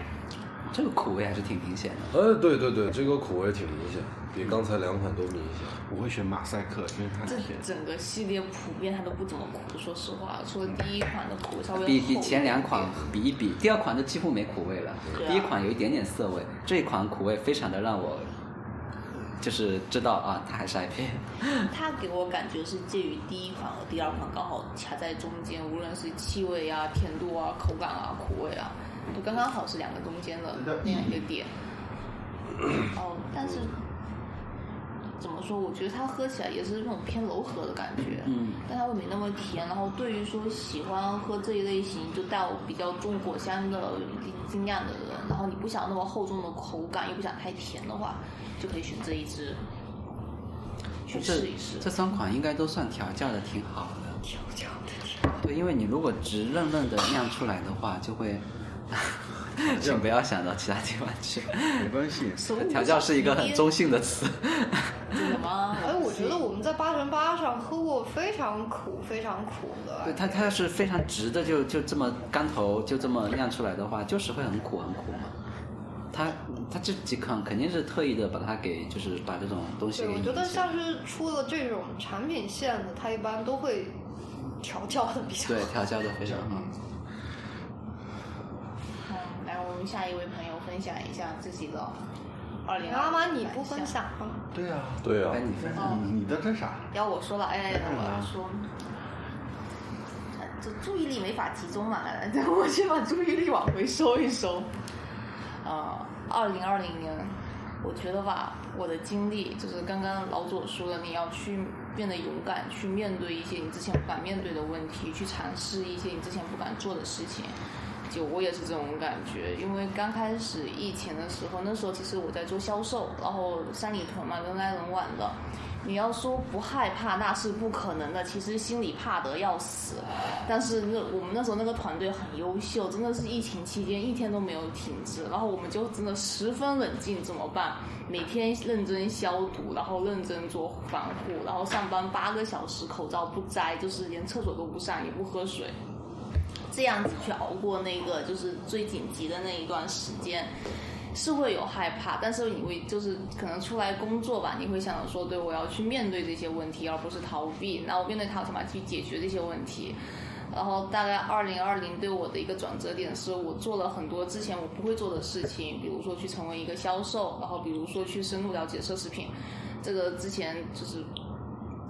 Speaker 2: 这个苦味还是挺明显的。
Speaker 3: 呃，对对对，这个苦味挺明显，比刚才两款都明显。
Speaker 5: 我会选马赛克，因
Speaker 6: [laughs]
Speaker 5: 为它
Speaker 6: 这
Speaker 5: 甜。
Speaker 6: 整个系列普遍它都不怎么苦，说实话，除了第一款的苦稍微
Speaker 2: 比
Speaker 6: 厚一
Speaker 2: 比前两
Speaker 6: 点
Speaker 2: 款比一比，第二款就几乎没苦味了。
Speaker 6: 对啊
Speaker 2: 第一款有一点点涩味，这一款苦味非常的让我，就是知道啊，它还是 IP。
Speaker 6: 它给我感觉是介于第一款和第二款刚好卡在中间，无论是气味啊、甜度啊、口感啊、苦味啊，就刚刚好是两个中间的那样一个点。哦，但是怎么说？我觉得它喝起来也是那种偏柔和的感觉，
Speaker 2: 嗯，
Speaker 6: 但它会没那么甜。然后对于说喜欢喝这一类型就带有比较重果香的精酿的人，然后你不想那么厚重的口感，又不想太甜的话，就可以选这一支去
Speaker 2: 这
Speaker 6: 试一试。
Speaker 2: 这三款应该都算调教的挺好的。调教的挺好。对，因为你如果直愣愣的酿出来的话，就会， [laughs] 请不要想到其他地方去。
Speaker 5: 没关系，
Speaker 2: 调教是一个很中
Speaker 4: 嗯
Speaker 2: 性的词。
Speaker 6: 真的吗？
Speaker 4: 哎，我觉得我们在八乘八上喝过非常苦、非常苦的。
Speaker 2: 对，它它要是非常直的就就这么干头就这么酿出来的话，就是会很苦很苦嘛。它它这几款肯定是特意的把它给就是把这种东西
Speaker 4: 对，
Speaker 2: 给
Speaker 4: 我
Speaker 2: 引
Speaker 4: 觉得
Speaker 2: 进来
Speaker 4: 像是出了这种产品线的，它一般都会调教的比较
Speaker 2: 对
Speaker 4: 好。
Speaker 2: 调教的非常好。
Speaker 6: 嗯，来，我们下一位朋友分享一下自己的二零
Speaker 4: 阿妈，你不分？享吗？
Speaker 5: 对啊，
Speaker 3: 对啊
Speaker 2: 哎，，
Speaker 4: 嗯
Speaker 2: 你分享
Speaker 6: 哦
Speaker 5: 你你的这啥？
Speaker 6: 要我说了，哎，我
Speaker 5: 嗯
Speaker 6: 要说，这注意力没法集中 [laughs] 呃嘛，我先把注意力往回收一收。呃，二零二零年，我觉得吧，我的经历就是刚刚老左说的，你要去变得勇敢，去面对一些你之前不敢面对的问题，去尝试一些你之前不敢做的事情。就我也是这种感觉，因为刚开始疫情的时候，那时候其实我在做销售，然后三里屯嘛，人来人往的。你要说不害怕，那是不可能的。其实心里怕得要死，但是那我们那时候那个团队很优秀，真的是疫情期间一天都没有停止。然后我们就真的十分冷静，怎么办？每天认真消毒，然后认真做防护，然后上班八个小时口罩不摘，就是连厕所都不上，也不喝水。这样子去熬过那个就是最紧急的那一段时间，是会有害怕，但是你会就是可能出来工作吧，你会想着说，对我要去面对这些问题，而不是逃避。那我面对它，我想办法去解决这些问题。然后大概二零二零对我的一个转折点是，我做了很多之前我不会做的事情，比如说去成为一个销售，然后比如说去深入了解奢侈品，这个之前就是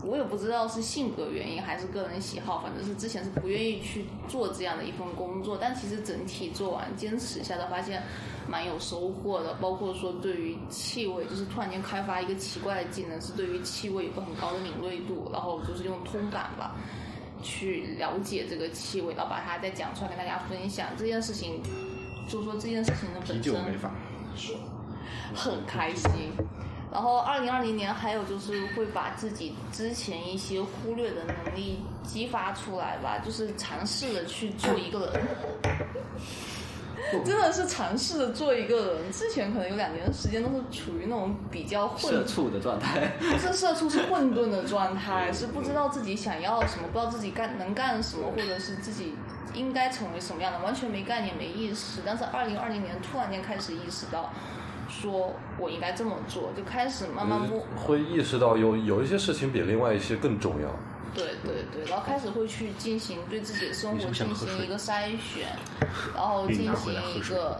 Speaker 6: 我也不知道是性格原因还是个人喜好，反正是之前是不愿意去做这样的一份工作，但其实整体做完坚持下来，发现蛮有收获的。包括说对于气味，就是突然间开发一个奇怪的技能，是对于气味有个很高的敏锐度，然后就是用通感吧。去了解这个气味，然后把它再讲出来跟大家分享这件事情，就说这件事情的本身
Speaker 5: 啤酒没法，
Speaker 6: 很开心。然后，二零二零年还有就是会把自己之前一些忽略的能力激发出来吧，就是尝试着去做一个人，真的是尝试着做一个人。之前可能有两年的时间都是处于那种比较混
Speaker 2: 社畜的状态，
Speaker 6: 不是社畜，是混沌的状态，是不知道自己想要什么，不知道自己干能干什么，或者是自己应该成为什么样的，完全没概念、没意识。但是二零二零年突然间开始意识到，说我应该这么做，就开始慢慢摸。
Speaker 3: 会意识到有有一些事情比另外一些更重要。
Speaker 6: 对对对，然后开始会去进行对自己的生
Speaker 5: 你是
Speaker 6: 活
Speaker 5: 不是想
Speaker 6: 进
Speaker 5: 喝
Speaker 6: 行
Speaker 5: 水
Speaker 6: 一个筛选，然后
Speaker 5: 给你
Speaker 6: 进
Speaker 5: 拿回
Speaker 6: 行
Speaker 5: 来喝
Speaker 6: 一
Speaker 5: 水
Speaker 6: 个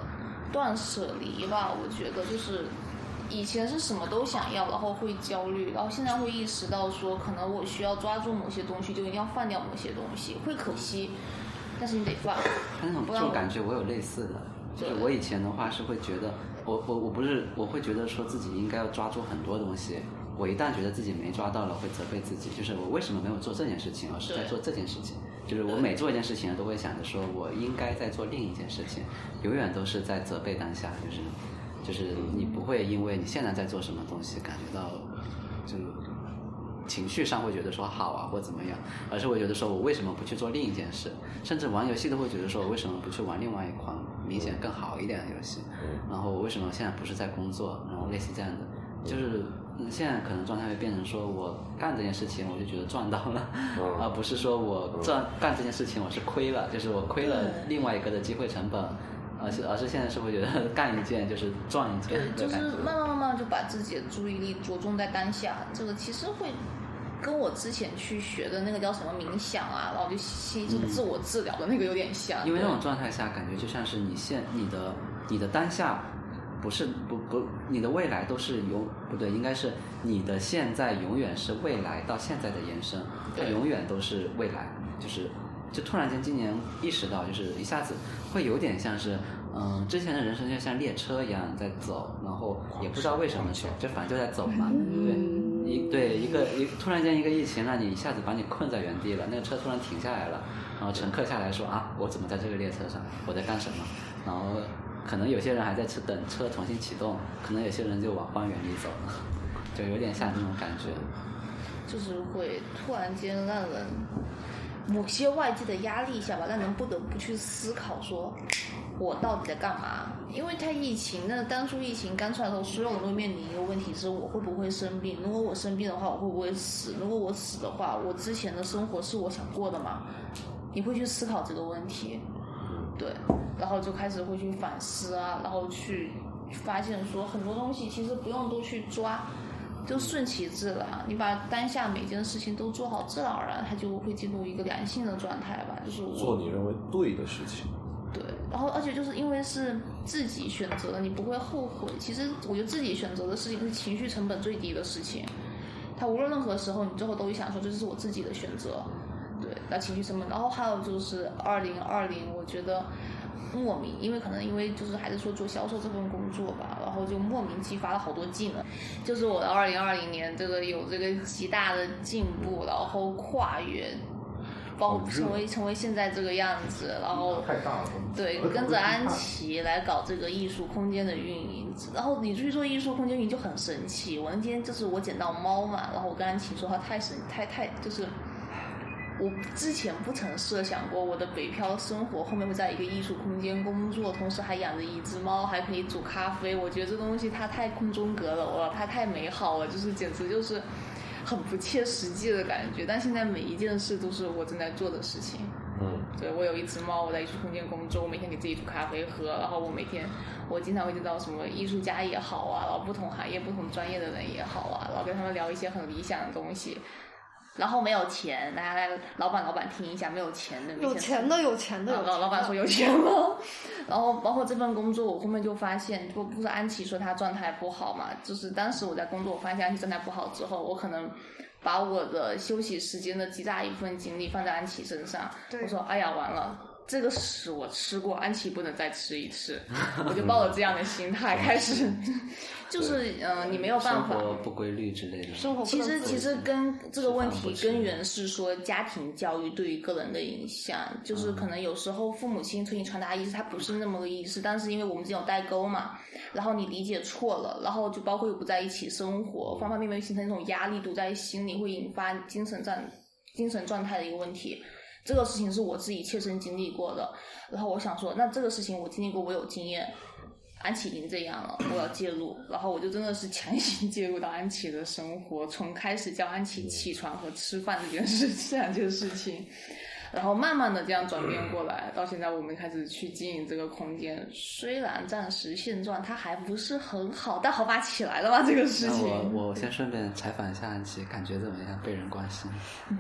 Speaker 6: 断舍离吧。我觉得就是以前是什么都想要，然后会焦虑，然后现在会意识到说，可能我需要抓住某些东西，就一定要放掉某些东西，会可惜，但是你得放。
Speaker 2: 但是
Speaker 6: 不
Speaker 2: 这
Speaker 6: 然
Speaker 2: 种
Speaker 6: 我
Speaker 2: 感觉我有类似的，就
Speaker 6: 对
Speaker 2: 是我以前的话是会觉得，我我我不是我会觉得说自己应该要抓住很多东西，我一旦觉得自己没抓到了，会责备自己，就是我为什么没有做这件事情，而是在
Speaker 6: 对
Speaker 2: 做这件事情。就是我每做一件事情，都会想着说我应该在做另一件事情，永远都是在责备当下，就是就是你不会因为你现在在做什么东西感觉到就情绪上会觉得说好啊或怎么样，而是会觉得说我为什么不去做另一件事，甚至玩游戏都会觉得说我为什么不去玩另外一款明显更好一点的游戏，
Speaker 3: 嗯
Speaker 2: 然后我为什么现在不是在工作，然后类似这样的，就是嗯现在可能状态会变成说我干这件事情我就觉得赚到了，[laughs]
Speaker 3: 嗯
Speaker 2: 而不是说我赚干这件事情我是亏了，就是我亏了另外一个的机会成本。而是而是现在是会觉得干一件就是赚一件
Speaker 6: 对，
Speaker 2: 的
Speaker 6: 就是
Speaker 2: 感觉，
Speaker 6: 慢慢慢慢就把自己的注意力着重在当下，这个其实会跟我之前去学的那个叫什么冥想啊，然后就心就自我治疗的那个有点像，
Speaker 2: 因为那
Speaker 6: 对
Speaker 2: 种状态下，感觉就像是你现你的你的当下，不是不不，你的未来都是永不对，应该是你的现在永远是未来到现在的延伸，它
Speaker 6: 对
Speaker 2: 永远都是未来，就是就突然间今年意识到，就是一下子会有点像是。嗯，之前的人生就像列车一样在走，然后也不知道为什么走，就反正就在走嘛。对，
Speaker 6: 嗯
Speaker 2: 一对一个一突然间一个疫情让你一下子把你困在原地了，那个车突然停下来了，然后乘客下来说啊，我怎么在这个列车上？我在干什么？然后可能有些人还在车等车重新启动，可能有些人就往荒原里走了，就有点像这种感觉。
Speaker 6: 就是会突然间让人某些外界的压力下吧，让人不得不去思考说，我到底在干嘛？因为它疫情，那当初疫情刚出来的时候，所有人都面临一个问题是我会不会生病？如果我生病的话，我会不会死？如果我死的话，我之前的生活是我想过的吗？你会去思考这个问题，对，然后就开始会去反思啊，然后去发现说很多东西其实不用都去抓，就顺其自然。你把当下每件事情都做好，自然而然它就会进入一个良性的状态吧。就是我
Speaker 3: 做你认为对的事情。
Speaker 6: 对，然后而且就是因为是自己选择的，你不会后悔。其实我觉得自己选择的事情是情绪成本最低的事情，它无论任何时候你最后都会想说这是我自己的选择。对，那情绪成本，然后还有就是二零二零，我觉得莫名，因为可能因为就是还是说做销售这份工作吧，然后就莫名激发了好多技能，就是我的二零二零年这个有这个极大的进步，然后跨越。包括成为成为现在这个样子，然后
Speaker 7: 太大了。
Speaker 6: 对，跟着安琪来搞这个艺术空间的运营，然后你去做艺术空间运营就很神奇。我那天就是我捡到猫嘛，然后我跟安琪说它太神，太太就是我之前不曾设想过我的北漂生活后面会在一个艺术空间工作，同时还养着一只猫，还可以煮咖啡。我觉得这东西它太空中阁楼了，它太美好了，就是简直就是很不切实际的感觉。但现在每一件事都是我正在做的事情。
Speaker 3: 嗯，
Speaker 6: 对，我有一只猫，我在艺术空间工作，我每天给自己煮咖啡喝，然后我每天我经常会见到什么艺术家也好啊，然后不同行业、不同专业的人也好啊，然后跟他们聊一些很理想的东西。然后没有钱，来来，来老板，老板听一下，没有钱的，没
Speaker 4: 有钱的有钱的有钱的
Speaker 6: 老老老板说有钱吗？ [laughs] 然后包括这份工作，我后面就发现，不不是安琪说她状态不好嘛，就是当时我在工作，我发现安琪状态不好之后，我可能把我的休息时间的极大一部分精力放在安琪身上，
Speaker 4: 对
Speaker 6: 我说哎呀完了。这个屎我吃过，安琪不能再吃一次， [laughs] 我就抱着这样的心态开始， [laughs] 就是嗯、呃你没有办
Speaker 2: 哦生
Speaker 6: 法，
Speaker 2: 活不规律之类的。
Speaker 4: 生活不
Speaker 6: 其
Speaker 4: 能
Speaker 6: 实
Speaker 4: 自
Speaker 6: 其实跟这个问题
Speaker 2: 吃饭不吃
Speaker 6: 根源是说家庭教育对于个人的影响，就是
Speaker 4: 嗯
Speaker 6: 可能有时候父母亲对你传达意思，它不是那么个意思，但是因为我们之间有代沟嘛，然后你理解错了，然后就包括又不在一起生活，方方面面形成一种压力堵在心里，会引发精神状精神状态的一个问题。这个事情是我自己切身经历过的，然后我想说，那这个事情我经历过，我有经验。安琪已经这样了，我要介入，然后我就真的是强行 [laughs] 介入到安琪的
Speaker 2: 嗯
Speaker 6: [laughs] 生活，从开始叫安琪起床和吃饭这件事这两件事情，然后慢慢的这样转变过来，到现在我们开始去经营这个空间，虽然暂时现状它还不是很好，但好吧起来了吧这个事
Speaker 2: 那
Speaker 6: 情。
Speaker 2: 我我先顺便采访一下安琪，感觉怎么样？被人关心？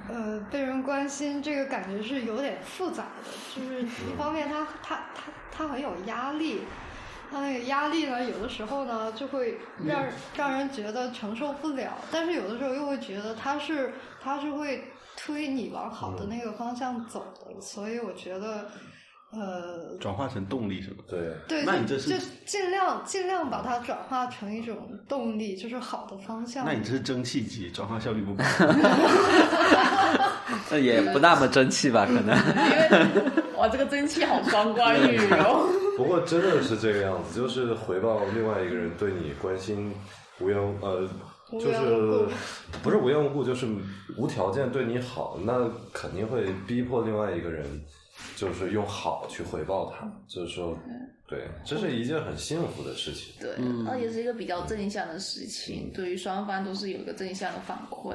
Speaker 4: 呃，被人关心这个感觉是有点复杂的，就是一方面他他他他很有压力，他那个压力呢，有的时候呢就会让让人觉得承受不了，但是有的时候又会觉得他是他是会推你往好的那个方向走的，所以我觉得呃
Speaker 5: [laughs] 转化成动力是吧？
Speaker 3: 对，
Speaker 4: 对，
Speaker 5: 那
Speaker 4: 就
Speaker 5: 你这是
Speaker 4: 就尽量尽量把它转化成一种动力，就是好的方向。
Speaker 5: 那你这是蒸汽机，转化效率不高。
Speaker 2: 呃，也不那么争气吧？可能。 [laughs]
Speaker 6: 因为哇，这个蒸汽好双关语哦。
Speaker 3: 不过真的是这个样子，就是回报另外一个人对你关心，无缘无呃，
Speaker 4: 无
Speaker 3: 就
Speaker 4: 缘无
Speaker 3: 是
Speaker 4: 故
Speaker 3: 不是无缘无故，就是无条件对你好，那肯定会逼迫另外一个人，就是用好去回报他，就是说，
Speaker 4: 嗯
Speaker 3: 对，这是一件很幸福的事情。
Speaker 6: 对，
Speaker 2: 嗯
Speaker 6: 而且是一个比较正向的事情，对于双方都是有一个正向的反馈。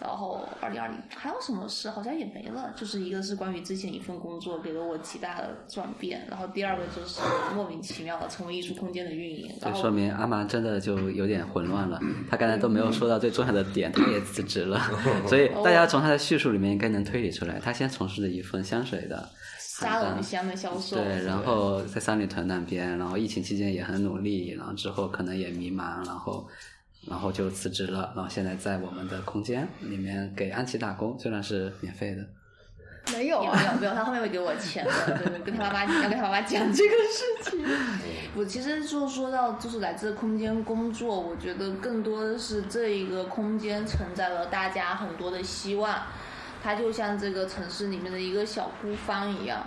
Speaker 6: 然后二零二零还有什么事？好像也没了。就是一个是关于之前一份工作给了我极大的转变，然后第二个就是莫名其妙的成为艺术空间的运营。然
Speaker 2: 这
Speaker 6: 后
Speaker 2: 说明阿蛮真的就有点混乱了，他刚才都没有说到最重要的点，他也辞职 [laughs] 了，所以大家从他的叙述里面应该能推理出来，他先从事了一份香水的
Speaker 6: 沙龙箱的销售，
Speaker 2: 对，然后在三里屯那边，然后疫情期间也很努力，然后之后可能也迷茫，然后然后就辞职了，然后现在在我们的空间里面给安琪打工，虽然是免费的，
Speaker 4: 没
Speaker 6: [laughs]
Speaker 4: 有
Speaker 6: 没有
Speaker 4: 啊，
Speaker 6: 没有没有，他后面会给我钱的，对对，跟他妈妈要跟他妈妈讲这个事情。我其实就说到就是来自空间工作，我觉得更多的是这一个空间承载了大家很多的希望，它就像这个城市里面的一个小孤芳一样。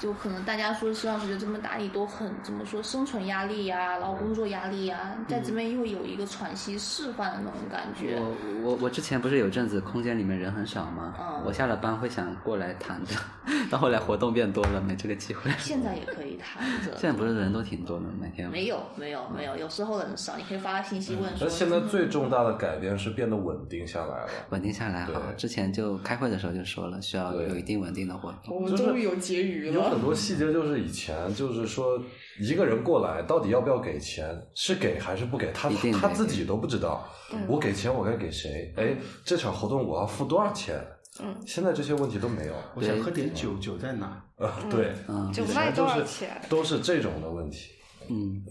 Speaker 6: 就可能大家说希望学校这么大，力都很怎么说生存压力呀、然后工作压力呀、在这边又有一个喘息释放的那种感觉。
Speaker 2: 我我我之前不是有阵子空间里面人很少吗？
Speaker 6: 嗯
Speaker 2: 我下了班会想过来躺着， [laughs] 到后来活动变多了，没这个机会。
Speaker 6: 现在也可以躺着，
Speaker 2: 现在不是人都挺多的，每天
Speaker 6: 没有，没有，没有，有时候人少，你可以发信息问说。嗯
Speaker 3: 但嗯现在最重大的改变是变得稳定下来了。
Speaker 2: 稳定下来哈。
Speaker 3: 对
Speaker 2: 之前就开会的时候就说了，需要
Speaker 3: 对
Speaker 2: 有一定稳定的活动。
Speaker 6: 我们终于有结余
Speaker 3: 有很
Speaker 6: 了。
Speaker 3: 多细节就是以前就是说一个人过来到底要不要给钱，是给还是不给，他
Speaker 2: 一定得
Speaker 3: 他自己都不知道。我给钱我该给谁？哎，这场活动我要付多少钱？
Speaker 4: 嗯，
Speaker 3: 现在这些问题都没有。
Speaker 5: 我想喝点酒，酒在哪？
Speaker 3: 啊， [laughs] 对，
Speaker 4: 就
Speaker 3: 以前
Speaker 4: 卖多少
Speaker 3: 就是
Speaker 4: 钱？
Speaker 3: 都是这种的问题。
Speaker 2: 嗯，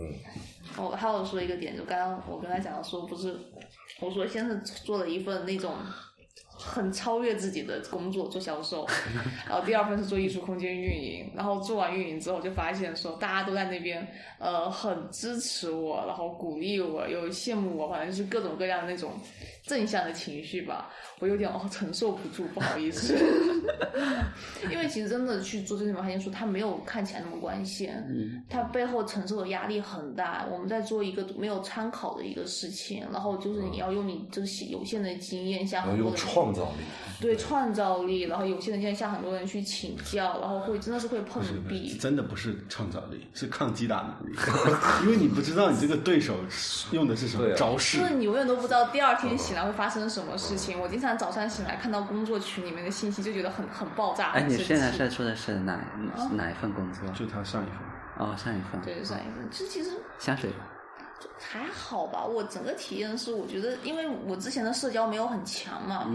Speaker 6: 我哦还有说一个点，就刚刚我跟他讲到说，不是我说先是做了一份那种很超越自己的工作，做销售，然后第二份是做艺术空间运营，然后做完运营之后，就发现说大家都在那边呃很支持我，然后鼓励我，有羡慕我，反正就是各种各样的那种正向的情绪吧，我有点哦承受不住，不好意思。 [laughs] 因为其实真的去做这些，发现说他没有看起来那么光鲜，嗯，他背后承受的压力很大。我们在做一个没有参考的一个事情，然后就是你要用你就是有限的经验下
Speaker 3: 嗯然后
Speaker 6: 很多
Speaker 3: 用
Speaker 6: 人
Speaker 3: 创造力，
Speaker 6: 对创造力，然后有限的经验下很多人去请教，然后会真的是会碰壁。
Speaker 5: 嗯真的不是创造力，是抗击打能力， [laughs] 因为你不知道你这个对手用的是什么
Speaker 3: 对啊
Speaker 5: 招
Speaker 6: 就
Speaker 5: 式。
Speaker 6: 是你永远都不知道第二天醒来会发生什么事情。我经常早上醒来看到工作群里面的信息，就觉得很很爆炸。
Speaker 2: 哎，
Speaker 6: 很
Speaker 2: 你
Speaker 6: 生
Speaker 2: 现在
Speaker 6: 气
Speaker 2: 是说的是哪哪一份工作？
Speaker 5: 就他上一份，
Speaker 2: 哦，上一份
Speaker 6: 对上一份，这其实
Speaker 2: 香水吧。
Speaker 6: 还好吧，我整个体验是，我觉得因为我之前的社交没有很强嘛，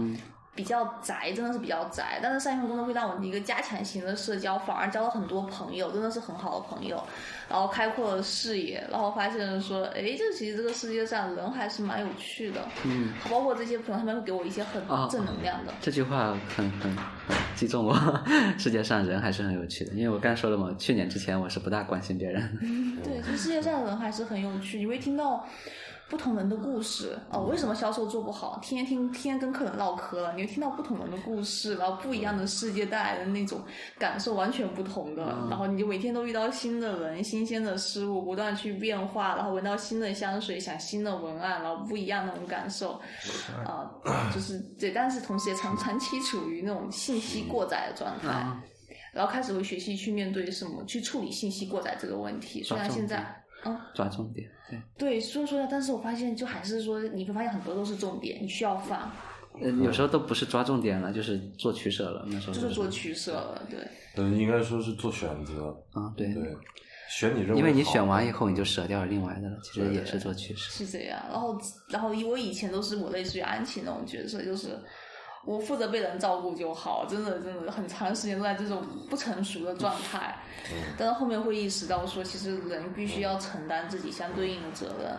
Speaker 6: 比较宅，真的是比较宅。但是上一份工作会让我一个加强型的社交，反而交到很多朋友，真的是很好的朋友，然后开阔了视野，然后发现说，哎，这其实这个世界上人还是蛮有趣的。嗯，包括这些朋友，他们会给我一些很
Speaker 2: 哦
Speaker 6: 正能量的。
Speaker 2: 这句话很很很击中我， [laughs] 世界上人还是很有趣的，因为我刚才说了嘛，去年之前我是不大关心别人 [laughs] 的，
Speaker 6: [laughs] 对，这世界上的人还是很有趣，你会听到不同人的故事。哦，为什么销售做不好？天天听，天天跟客人唠嗑了，你会听到不同人的故事，然后不一样的世界带来的那种感受完全不同的。然后你就每天都遇到新的人、新鲜的事物，不断去变化，然后闻到新的香水，想新的文案，然后不一样的那种感受。啊、
Speaker 2: 嗯
Speaker 6: 就是对，但是同时也长长期处于那种信息过载的状态。
Speaker 2: 嗯
Speaker 6: 然后开始会学习去面对什么，去处理信息过载这个问题。虽
Speaker 2: 抓
Speaker 6: 然
Speaker 2: 重
Speaker 6: 现
Speaker 2: 点
Speaker 6: 在，嗯，
Speaker 2: 抓重点。对，
Speaker 6: 对，所以说，但是我发现就还是说，你会发现很多都是重点，你需要放。
Speaker 2: 呃，有时候都不是抓重点了，就是做取舍了。那时候
Speaker 6: 就是做取舍了，对。
Speaker 3: 嗯，应该说是做选择，
Speaker 2: 啊，对，
Speaker 3: 对，选你认为
Speaker 2: 因为你
Speaker 3: 好
Speaker 2: 选
Speaker 3: 的
Speaker 2: 完以后你就舍掉另外的了，其实也是做取舍。
Speaker 6: 是这样。然后，然后我以前都是我类似于安琪那种角色，就是我负责被人照顾就好，真的真的很长时间都在这种不成熟的状态。
Speaker 3: 嗯
Speaker 6: 但是后面会意识到说，其实人必须要承担自己相对应的责任。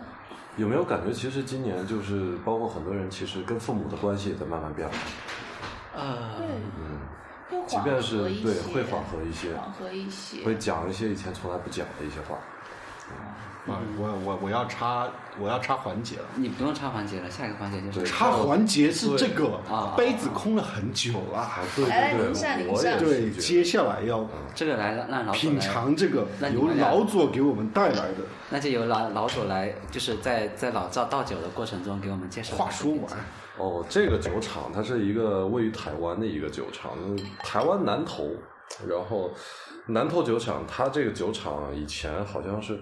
Speaker 3: 有没有感觉，其实今年就是包括很多人，其实跟父母的关系也在慢慢变好，
Speaker 2: 呃，
Speaker 6: 会
Speaker 3: 嗯即
Speaker 6: 缓
Speaker 3: 便是
Speaker 6: 和一些，
Speaker 3: 对会缓和一些
Speaker 6: 缓和一些。
Speaker 3: 会讲一些以前从来不讲的一些话。
Speaker 5: 啊，我我我要插我要插环节了。
Speaker 2: 你不用插环节了，下一个环节就是
Speaker 3: 对
Speaker 5: 插环节是这个
Speaker 2: 啊
Speaker 5: 杯子空了很久了，
Speaker 3: 啊，对
Speaker 6: 哎
Speaker 3: 对
Speaker 6: 您下
Speaker 3: 对，
Speaker 6: 您
Speaker 3: 我
Speaker 6: 下
Speaker 3: 也
Speaker 5: 对，
Speaker 3: 是觉
Speaker 5: 接下来要
Speaker 2: 这个来了，让老左嗯
Speaker 5: 品
Speaker 2: 来，
Speaker 5: 尝这个
Speaker 2: 那你
Speaker 5: 由
Speaker 2: 们俩
Speaker 5: 老左给我们带来的。
Speaker 2: 那就由老老左来，就是在在老赵倒酒的过程中给我们介绍。
Speaker 5: 话说完，
Speaker 3: 得哦，这个酒厂它是一个位于台湾的一个酒厂，台湾南投，然后南投酒厂，它这个酒厂以前好像是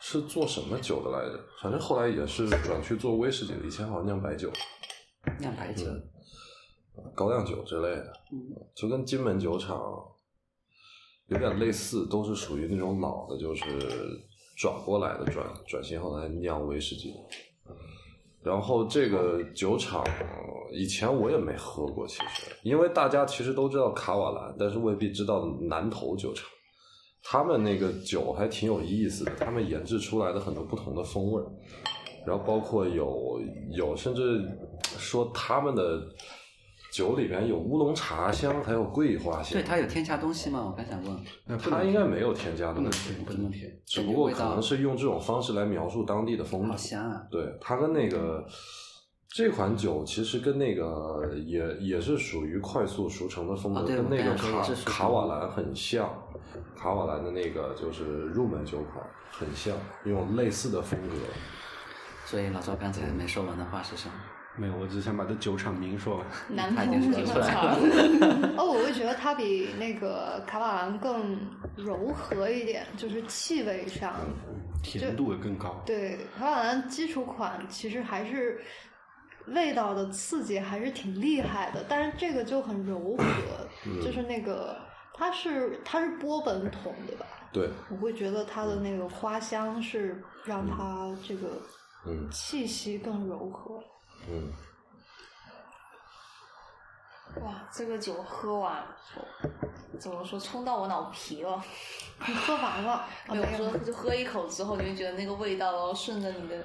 Speaker 3: 是做什么酒的来着？反正后来也是转去做威士忌，以前好像酿白酒。
Speaker 2: 酿白酒，
Speaker 3: 嗯
Speaker 6: 嗯
Speaker 3: 高粱酒之类的，就跟金门酒厂有点类似，都是属于那种老的，就是转过来的，转转型后来酿威士忌。嗯然后这个酒厂呃以前我也没喝过，其实因为大家其实都知道卡瓦兰，但是未必知道南投酒厂。他们那个酒还挺有意思的，他们研制出来的很多不同的风味儿，然后包括有有甚至说他们的酒里面有乌龙茶香，还有桂花香
Speaker 2: 对，。它有添加东西吗？我刚想问，
Speaker 3: 它应该没有添加的东西，
Speaker 2: 不能甜，
Speaker 3: 只不过
Speaker 2: 感
Speaker 3: 可
Speaker 2: 觉味道
Speaker 3: 能是用这种方式来描述当地的风
Speaker 2: 好
Speaker 3: 土。
Speaker 2: 香啊！
Speaker 3: 对，它跟那个这款酒其实跟那个也也是属于快速熟成的风格，
Speaker 2: 啊对
Speaker 3: 跟
Speaker 2: 我
Speaker 3: 那个
Speaker 2: 刚才说
Speaker 3: 卡
Speaker 2: 也是熟成
Speaker 3: 卡瓦兰很像，卡瓦兰的那个就是入门酒款很像，拥有类似的风格。
Speaker 2: 所以老赵刚才没说完的话是什么？
Speaker 5: 没有，我只想把这酒厂名说完。
Speaker 6: 南
Speaker 2: 他已
Speaker 6: 通
Speaker 2: 经
Speaker 6: 酒
Speaker 2: 说出来
Speaker 6: 厂，
Speaker 3: [laughs]
Speaker 4: 哦，我会觉得它比那个卡瓦兰更柔和一点，就是气味上。
Speaker 5: 甜度也更高。
Speaker 4: 对，卡瓦兰基础款其实还是味道的刺激还是挺厉害的，但是这个就很柔和，
Speaker 5: 嗯
Speaker 4: 就是那个它是它是波本桶对吧？
Speaker 3: 对，
Speaker 4: 我会觉得它的那个花香是让它这个
Speaker 3: 嗯
Speaker 4: 气息更柔和。
Speaker 3: 嗯，
Speaker 6: 哇，这个酒喝完，怎么说冲到我脑皮了。
Speaker 4: 你喝完了？啊
Speaker 6: 没有
Speaker 4: 没
Speaker 6: 说就喝一口之后，你会觉得那个味道，然后顺着你的，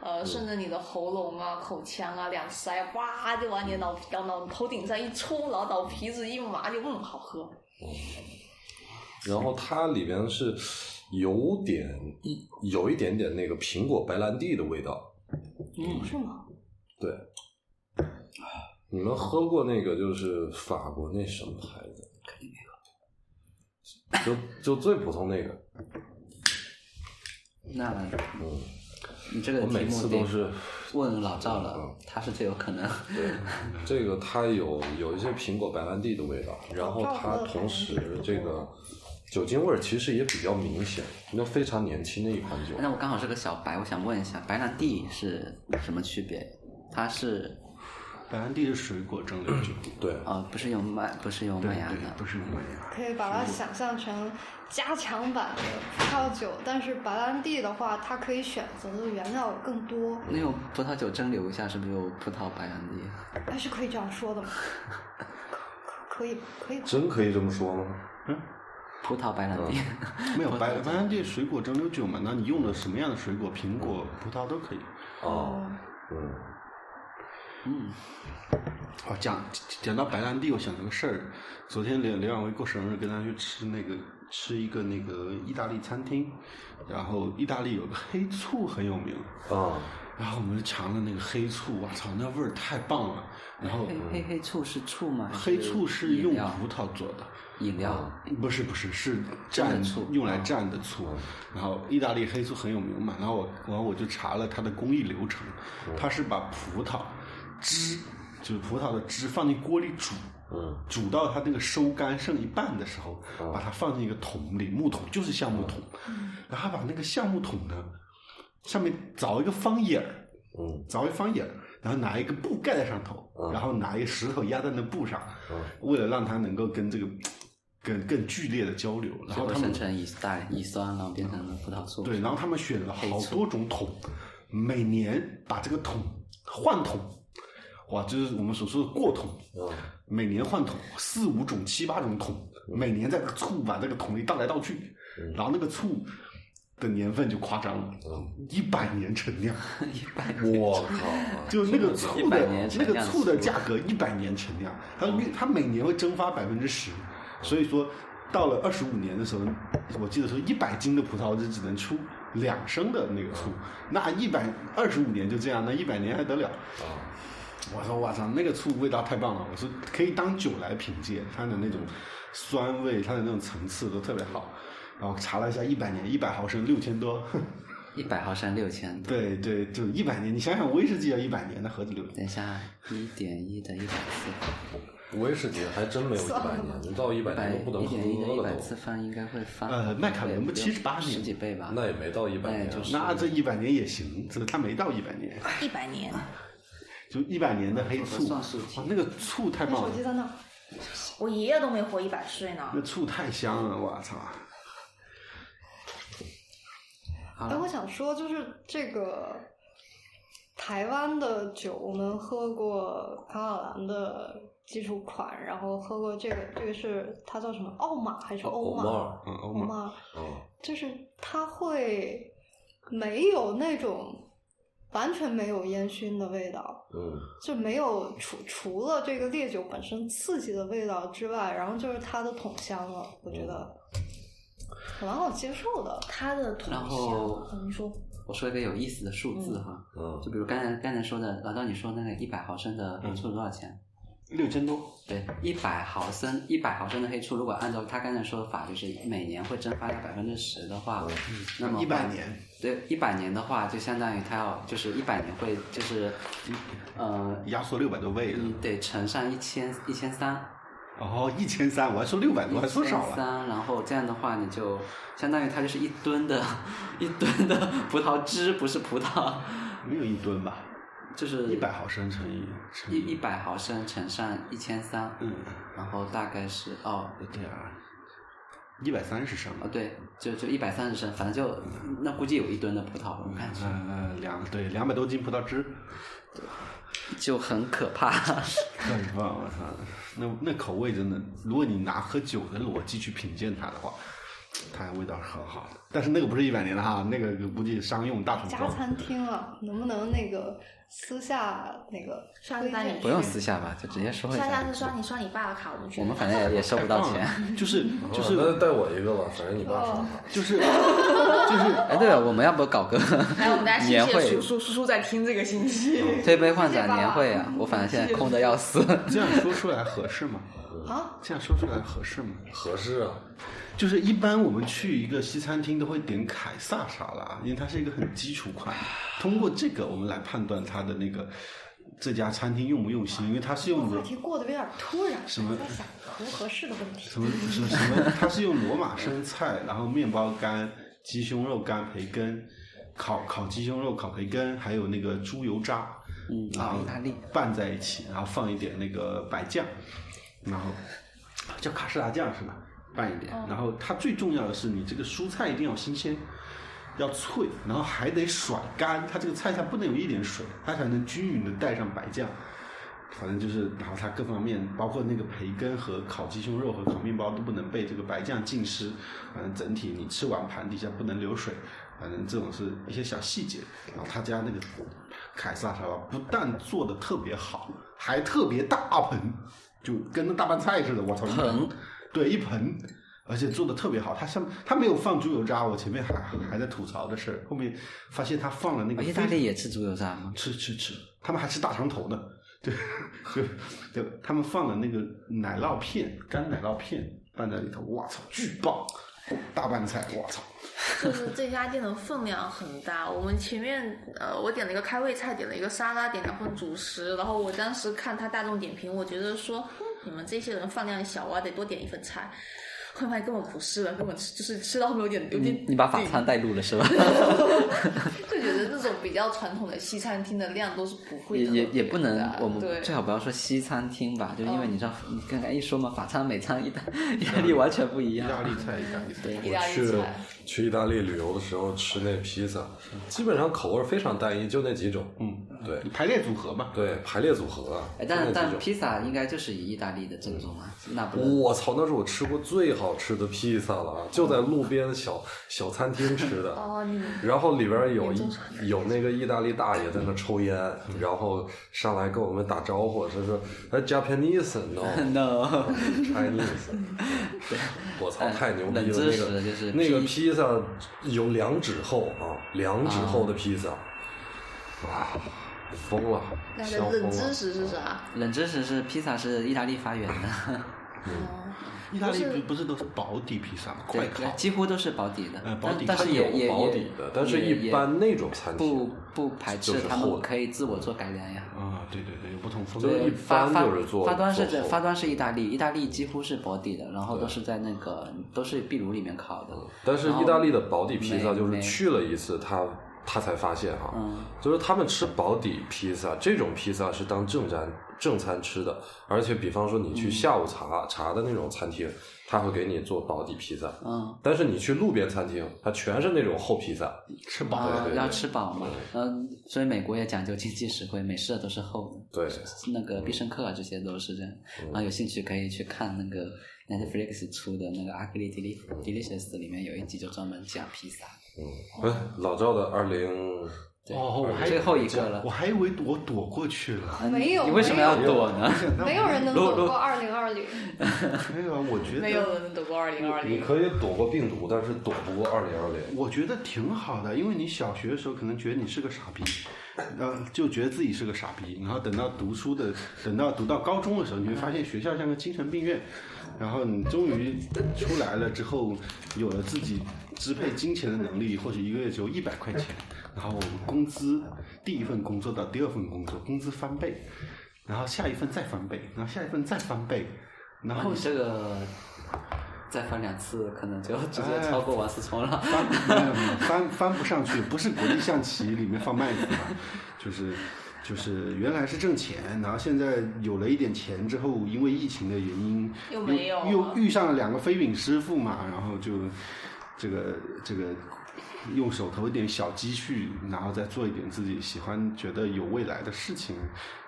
Speaker 6: 呃，顺着你的喉咙啊、口腔啊、两腮，哇，就往你的脑皮、脑脑头顶上一冲，然后脑皮子一麻，就嗯，好喝。
Speaker 3: 然后它里边是有点一有一点点那个苹果白兰地的味道。
Speaker 4: 有是吗？
Speaker 3: 对，你们喝过那个就是法国那什么牌子？肯定没喝。就就最普通那个，
Speaker 2: 那
Speaker 3: 嗯，
Speaker 2: 你这个
Speaker 3: 我
Speaker 2: 题
Speaker 3: 每
Speaker 2: 目
Speaker 3: 次
Speaker 2: 得
Speaker 3: 都是
Speaker 2: 问老赵
Speaker 5: 嗯
Speaker 2: 了，他是最有可能。
Speaker 3: 对，这个它有有一些苹果白兰地的味道，然后它同时这个酒精味儿其实也比较明显，那非常年轻的一款酒。
Speaker 2: [laughs] 那我刚好是个小白，我想问一下，白兰地是什么区别？它是
Speaker 5: 白兰地是水果蒸馏酒，
Speaker 3: 对，
Speaker 2: 呃，不是有麦，不是有
Speaker 5: 对
Speaker 2: 麦芽
Speaker 5: 对，
Speaker 2: 的
Speaker 5: 不是我们呀。
Speaker 4: 可以把它想象成加强版的葡萄酒，但是白兰地的话，它可以选择的原料有更多，
Speaker 2: 那用葡萄酒蒸馏一下，是不是有葡萄白兰地？
Speaker 4: 还是可以这样说的吗？可可可以可以吧，
Speaker 3: 真可以这么说吗？
Speaker 2: 葡萄白兰地，
Speaker 5: [laughs] 没有白白兰地水果蒸馏酒嘛？那你用的什么样的水果？苹果、葡萄都可以。
Speaker 3: 哦，嗯，
Speaker 5: 哦，讲讲到白兰地，我想了个事儿。昨天刘刘亚威过生日，跟他去吃那个吃一个那个意大利餐厅，然后意大利有个黑醋很有名，
Speaker 3: 啊，
Speaker 5: 然后我们就尝了那个黑醋，我操，那味儿太棒了。然后
Speaker 2: 黑 [laughs] 黑黑醋是醋吗？还
Speaker 5: 嗯黑醋是
Speaker 2: 饮
Speaker 5: 用嗯
Speaker 2: 料
Speaker 5: 葡萄做的，
Speaker 2: 饮料，
Speaker 5: 不是不是是
Speaker 2: 真嗯的
Speaker 5: 蘸
Speaker 2: 醋啊
Speaker 5: 用来蘸的醋，然后意大利黑醋很有名嘛，然后我然后我就查了它的工艺流程，
Speaker 2: 哦
Speaker 5: 它是把葡萄汁就是葡萄的汁放进锅里煮，
Speaker 3: 嗯，
Speaker 5: 煮到它那个收干剩一半的时候，
Speaker 2: 哦
Speaker 5: 把它放进一个桶里，木桶就是橡木桶，然后把那个橡木桶呢上面凿一个方眼儿，
Speaker 3: 嗯，
Speaker 5: 凿一方眼儿，然后拿一个布盖在上头，
Speaker 3: 嗯
Speaker 5: 然后拿一个石头压在那布上，
Speaker 3: 嗯
Speaker 5: 为了让它能够跟这个更更剧烈的交流。
Speaker 2: 最
Speaker 5: 然后
Speaker 2: 后
Speaker 5: 他们
Speaker 2: 生成乙代乙酸，然后变成了葡萄醋。
Speaker 5: 对，然后他们选了好多种桶，每年把这个桶换桶，哇，就是我们所说的过桶，
Speaker 3: 嗯
Speaker 5: 每年换桶四五种、七八种桶，每年在醋把这个桶里倒来倒去，
Speaker 3: 嗯
Speaker 5: 然后那个醋的年份就夸张了，
Speaker 3: 嗯
Speaker 5: 一百年陈酿，
Speaker 2: [laughs] 一百
Speaker 3: 我靠，
Speaker 5: 就是那个醋
Speaker 2: 100
Speaker 5: 的
Speaker 2: 年陈
Speaker 5: 那个
Speaker 2: 酿
Speaker 5: 醋的
Speaker 2: 醋
Speaker 5: 价格一百年陈酿，它每它每年会蒸发百分之十，所以说到了二十五年的时候，我记得说一百斤的葡萄就只能出两升的那个醋，那一百二十五年就这样，那一百年还得了？
Speaker 3: 啊，
Speaker 5: 我说我操，那个醋味道太棒了！我说可以当酒来品鉴，它的那种酸味，它的那种层次都特别好。然后查了一下，一百年一百毫升六千多， [laughs]
Speaker 2: 一百毫升六千多。
Speaker 5: 对对，就一百年。你想想，威士忌要一百年，那何止六千？
Speaker 2: 等一下，一点一的一百
Speaker 3: [laughs]
Speaker 2: 次，
Speaker 3: 威士忌还真没有一百年，到一
Speaker 2: 一
Speaker 3: 百
Speaker 2: 百
Speaker 3: 年都不能
Speaker 2: 一点一的一
Speaker 3: 喝
Speaker 2: 百
Speaker 3: 了
Speaker 2: 次翻应该会翻。
Speaker 5: 呃麦卡伦不78年
Speaker 2: 十几倍吧
Speaker 3: 都，？那也没到一百
Speaker 2: 那也
Speaker 3: 年，
Speaker 2: 就是
Speaker 5: 那这一百年也行，这它没到一百年，
Speaker 6: 一百年，
Speaker 5: 就一百年的黑醋，
Speaker 2: 算数题
Speaker 5: 哇，那个醋太棒
Speaker 4: 手
Speaker 5: 了
Speaker 4: 机，在那儿，
Speaker 6: 我爷爷都没活一百岁呢
Speaker 5: 那。醋太香了，我操！
Speaker 2: 好
Speaker 4: 哎，
Speaker 2: 了
Speaker 4: 我想说，就是这个台湾的酒，我们喝过康尔兰的基础款，然后喝过这个，这个是它叫什么？奥马还是欧
Speaker 3: 欧
Speaker 4: 马？
Speaker 3: 曼
Speaker 5: 嗯，欧
Speaker 4: 欧
Speaker 5: 盟
Speaker 4: 马
Speaker 3: 啊，
Speaker 4: 就是它会没有那种完全没有烟熏的味道，
Speaker 3: 嗯
Speaker 4: 就没有除除了这个烈酒本身刺激的味道之外，然后就是它的桶香了，我觉得蛮好接受的。
Speaker 6: 他的同
Speaker 2: 然后
Speaker 6: 乡，你说
Speaker 2: 我说一个有意思的数字哈，
Speaker 3: 嗯
Speaker 2: 就比如刚才刚才说的，老赵你说那个一百毫升的黑醋
Speaker 3: 嗯
Speaker 2: 多少钱？
Speaker 5: 六千多，
Speaker 2: 对，一百毫升，一百毫升的黑醋，如果按照他刚才说法，就是每年会蒸发掉百分之十的话，
Speaker 3: 嗯
Speaker 2: 那么
Speaker 5: 一百年，
Speaker 2: 对一百年的话，就相当于它要就是一百年会就是，呃，
Speaker 5: 压缩六百多倍了，
Speaker 2: 你得乘上一千一千三，
Speaker 5: 然后一千三，我还说六百多，还说
Speaker 2: 一
Speaker 5: 少
Speaker 2: 千
Speaker 5: 了。
Speaker 2: 三，然后这样的话你就相当于它就是一吨的 [laughs] 一吨的葡萄汁，不是葡萄，
Speaker 5: 没有一吨吧？
Speaker 2: 就是
Speaker 5: 一百毫升乘以乘
Speaker 2: 一一百毫升乘上一千三，
Speaker 5: 嗯，
Speaker 2: 然后大概是哦
Speaker 5: 不对啊，一百三十升
Speaker 2: 哦，对，就就一百三十升，反正就那估计有一吨的葡萄，我感觉
Speaker 5: 嗯嗯，两对两百多斤葡萄汁，
Speaker 2: 就很可怕。
Speaker 5: 太棒了！我操，那那口味真的，如果你拿喝酒的逻辑去品鉴它的话，它味道是很好的。但是那个不是一百年的哈，那个估计商用大桶
Speaker 4: 家
Speaker 5: 装。
Speaker 4: 餐厅啊，能不能那个私下那个
Speaker 6: 下次
Speaker 4: 推
Speaker 6: 带你
Speaker 4: 荐
Speaker 6: 去
Speaker 2: [laughs] 不用私下吧，就直接说一
Speaker 6: 下下
Speaker 2: 下
Speaker 6: 次。刷你刷你爸的卡，我们去。
Speaker 2: 我们反正也也收不到钱。
Speaker 6: [laughs]
Speaker 5: 就是就
Speaker 3: 啊
Speaker 5: 是
Speaker 3: 那带我一个吧，反正你爸说
Speaker 4: 哦
Speaker 5: 就是就是
Speaker 2: 哎，对了，我们要不搞
Speaker 6: [laughs]
Speaker 2: 个
Speaker 6: 还哎有我们大家谢
Speaker 2: 年
Speaker 6: 谢
Speaker 2: 会
Speaker 6: 叔？叔叔叔在听这个
Speaker 2: [laughs]
Speaker 6: 信息。
Speaker 2: 推杯换盏年会啊！我反正现在空的要死。
Speaker 5: 这样说出来合适吗？
Speaker 4: 啊？
Speaker 5: 这样说出来合适吗？
Speaker 3: 合适
Speaker 2: [laughs]
Speaker 3: 啊，
Speaker 5: 就是一般我们去一个西餐厅都会点凯撒沙拉，因为它是一个很基础款。通过这个我们来判断它的那个这家餐厅用不用心，因为它是用
Speaker 4: 话
Speaker 5: 罗
Speaker 4: 题过得有点突然，
Speaker 5: 什么
Speaker 4: 我在想合不合适的问题。
Speaker 5: 什么什么什么，它是用罗马生菜，然后面包干、鸡胸肉干、培根，烤烤鸡胸肉、烤培根，还有那个猪油渣，
Speaker 2: 嗯
Speaker 5: 然
Speaker 2: 啊
Speaker 5: 后，
Speaker 2: 意大利
Speaker 5: 拌在一起，然后放一点那个白酱，然后叫卡士达酱是吧？拌一
Speaker 2: 哦
Speaker 5: 点，然后它最重要的是你这个蔬菜一定要新鲜，要脆，然后还得甩干，它这个菜它不能有一点水，它才能均匀的带上白酱。反正就是，然后它各方面，包括那个培根和烤鸡胸肉和烤面包都不能被这个白酱浸湿。反正整体你吃完盘底下不能流水，反正这种是一些小细节。然后他家那个凯撒沙拉不但做的特别好，还特别大盆，就跟那大拌菜似的，我操，一盆，对，一盆。而且做的特别好，他上他没有放猪油渣，我前面还还在吐槽的事儿，后面发现他放了那个
Speaker 2: 哦意
Speaker 5: 非
Speaker 2: 大利也吃猪油渣吗？
Speaker 5: 吃吃吃，他们还吃大肠头呢，对，就就他们放的那个奶酪片，干奶酪片拌在里头，哇操，巨棒！大拌菜，哇操，
Speaker 6: 就是这家店的分量很大。我们前面呃，我点了一个开胃菜，点了一个沙拉，点了份主食。然后我当时看他大众点评，我觉得说，哼你们这些人饭量小啊，得多点一份菜。后来发现根本不是的，根本吃就是吃到后面有点有点
Speaker 2: 你你把法餐带入了是吧？
Speaker 6: 就觉得这种比较传统的西餐厅的量都是 [laughs] 不会
Speaker 2: 也
Speaker 6: 特
Speaker 2: 也也
Speaker 6: 别
Speaker 2: 不能
Speaker 6: 大，
Speaker 2: 我们
Speaker 6: 对嗯
Speaker 2: 最好不要说西餐厅吧，就是因为你知道，你刚才一说嘛，法餐、美餐意大意大利完全不一
Speaker 5: 意
Speaker 2: 样。
Speaker 5: 大利菜，意大利菜。
Speaker 6: 意
Speaker 3: 我
Speaker 6: 大利
Speaker 3: 去
Speaker 6: 菜。
Speaker 3: 去意大利旅游的时候吃那披萨，基本上口味非常单一，就那几种。
Speaker 5: 嗯，
Speaker 3: 对
Speaker 5: 排列组合嘛，
Speaker 3: 对，排列组合啊
Speaker 2: 哎，，
Speaker 3: 就
Speaker 2: 但
Speaker 3: 那
Speaker 2: 但
Speaker 3: 几种。嗯
Speaker 2: 披萨应该就是以意大利的正宗啊，那不勒
Speaker 3: 我操，那是我吃过最好吃的披萨了啊！就在路边小小餐厅吃的。
Speaker 6: 哦，你
Speaker 3: 然后里边有一有那个意大利大爷在那抽烟，然后上来跟我们打招呼，他说：“哎，Japanese no
Speaker 2: [laughs] no，
Speaker 3: Chinese。”我操，太牛逼
Speaker 2: 冷
Speaker 3: 了！
Speaker 2: 知
Speaker 3: 那
Speaker 2: 识
Speaker 3: 个
Speaker 2: 就是
Speaker 3: 那个披萨有两指厚啊，两指厚的披萨，
Speaker 2: 啊
Speaker 3: 哇，疯了，
Speaker 6: 那
Speaker 3: 香
Speaker 6: 个
Speaker 3: 疯
Speaker 6: 冷知
Speaker 3: 了！
Speaker 6: 识是
Speaker 5: 嗯
Speaker 6: 啥？
Speaker 2: 冷知识是披萨是意大利发源的，
Speaker 5: 意大利不不是都是薄底披萨吗？快
Speaker 2: 对
Speaker 5: 烤，。
Speaker 2: 几乎都是薄底的
Speaker 5: 呃，薄
Speaker 2: 但
Speaker 5: 底
Speaker 2: 但
Speaker 3: 嗯它
Speaker 2: 是也也
Speaker 3: 有保
Speaker 2: 也
Speaker 3: 底的，但是
Speaker 2: 也
Speaker 3: 一般那种餐
Speaker 2: 也
Speaker 3: 厅
Speaker 2: 不不排
Speaker 3: 就
Speaker 2: 斥
Speaker 3: 是
Speaker 2: 他
Speaker 3: 厚
Speaker 2: 们
Speaker 3: 的
Speaker 2: 可以自我做改良呀。
Speaker 5: 啊，对对对，有不同风
Speaker 3: 就
Speaker 5: 味
Speaker 3: 是。一
Speaker 2: 发
Speaker 3: 般
Speaker 2: 发
Speaker 3: 就是做
Speaker 2: 发端是
Speaker 3: 做
Speaker 2: 指
Speaker 3: 厚
Speaker 2: 发端是意大利，意大利几乎是薄底的，然后都是在那个都是壁炉里面烤的。
Speaker 3: 但是
Speaker 2: 然后
Speaker 3: 意大利的薄底披萨
Speaker 2: 没
Speaker 3: 就是
Speaker 2: 没
Speaker 3: 去了一次他。他才发现哈、
Speaker 2: 嗯
Speaker 3: 就是他们吃薄底披萨，这种披萨是当正餐正餐吃的，而且比方说你
Speaker 2: 嗯
Speaker 3: 去下午茶、茶的那种餐厅，他会给你做薄底披萨，
Speaker 2: 嗯，
Speaker 3: 但是你去路边餐厅，它全是那种厚披萨，
Speaker 5: 吃饱
Speaker 2: 啊
Speaker 5: 了，
Speaker 3: 对对
Speaker 2: 要吃饱嘛，嗯，所以美国也讲究经济实惠，美式的都是厚的，
Speaker 3: 对，
Speaker 2: 那个必胜客啊这些都是这样。
Speaker 5: 嗯
Speaker 2: 然后有兴趣可以去看那个 Netflix 出的那个《Ugly Deli- Delicious》里面有一集就专门讲披萨。
Speaker 3: 嗯，哎老赵的二零，
Speaker 2: 对，
Speaker 5: 哦我还
Speaker 2: 最后一个了
Speaker 5: 我，还以为我躲过去
Speaker 2: [laughs]
Speaker 5: 了。
Speaker 2: 啊你
Speaker 4: 没有
Speaker 2: 你为什么要
Speaker 4: 没
Speaker 3: 有
Speaker 2: 躲呢？
Speaker 4: 没有人能躲过二零二零。
Speaker 5: 没有啊，我觉得
Speaker 6: 没有人得过二零二
Speaker 3: 你
Speaker 6: 零。
Speaker 3: 可以躲过病毒，但是躲不过二零二零。
Speaker 5: 我觉得挺好的，因为你小学的时候可能觉得你是个傻逼，呃，就觉得自己是个傻逼，然后等到读书的，等到读到高中的时候，你会发现学校像个精神病院，然后你终于出来了之后，有了自己支配金钱的能力，或者一个月只有一百块钱，然后工资第一份工作到第二份工作，工资翻倍，然后下一份再翻倍，然后下一份再翻倍，然
Speaker 2: 然后
Speaker 5: 后
Speaker 2: [laughs] 这个再翻两次，可能就直接
Speaker 5: 哎
Speaker 2: 超过王思聪了。
Speaker 5: 翻没有没有翻翻不上去，不是国际象棋里面放麦子嘛，就是就是原来是挣钱，然后现在有了一点钱之后，因为疫情的原因，
Speaker 6: 又没有了
Speaker 5: 又遇上了两个飞饼师傅嘛，然后就这个这个用手头一点小积蓄，然后再做一点自己喜欢、觉得有未来的事情，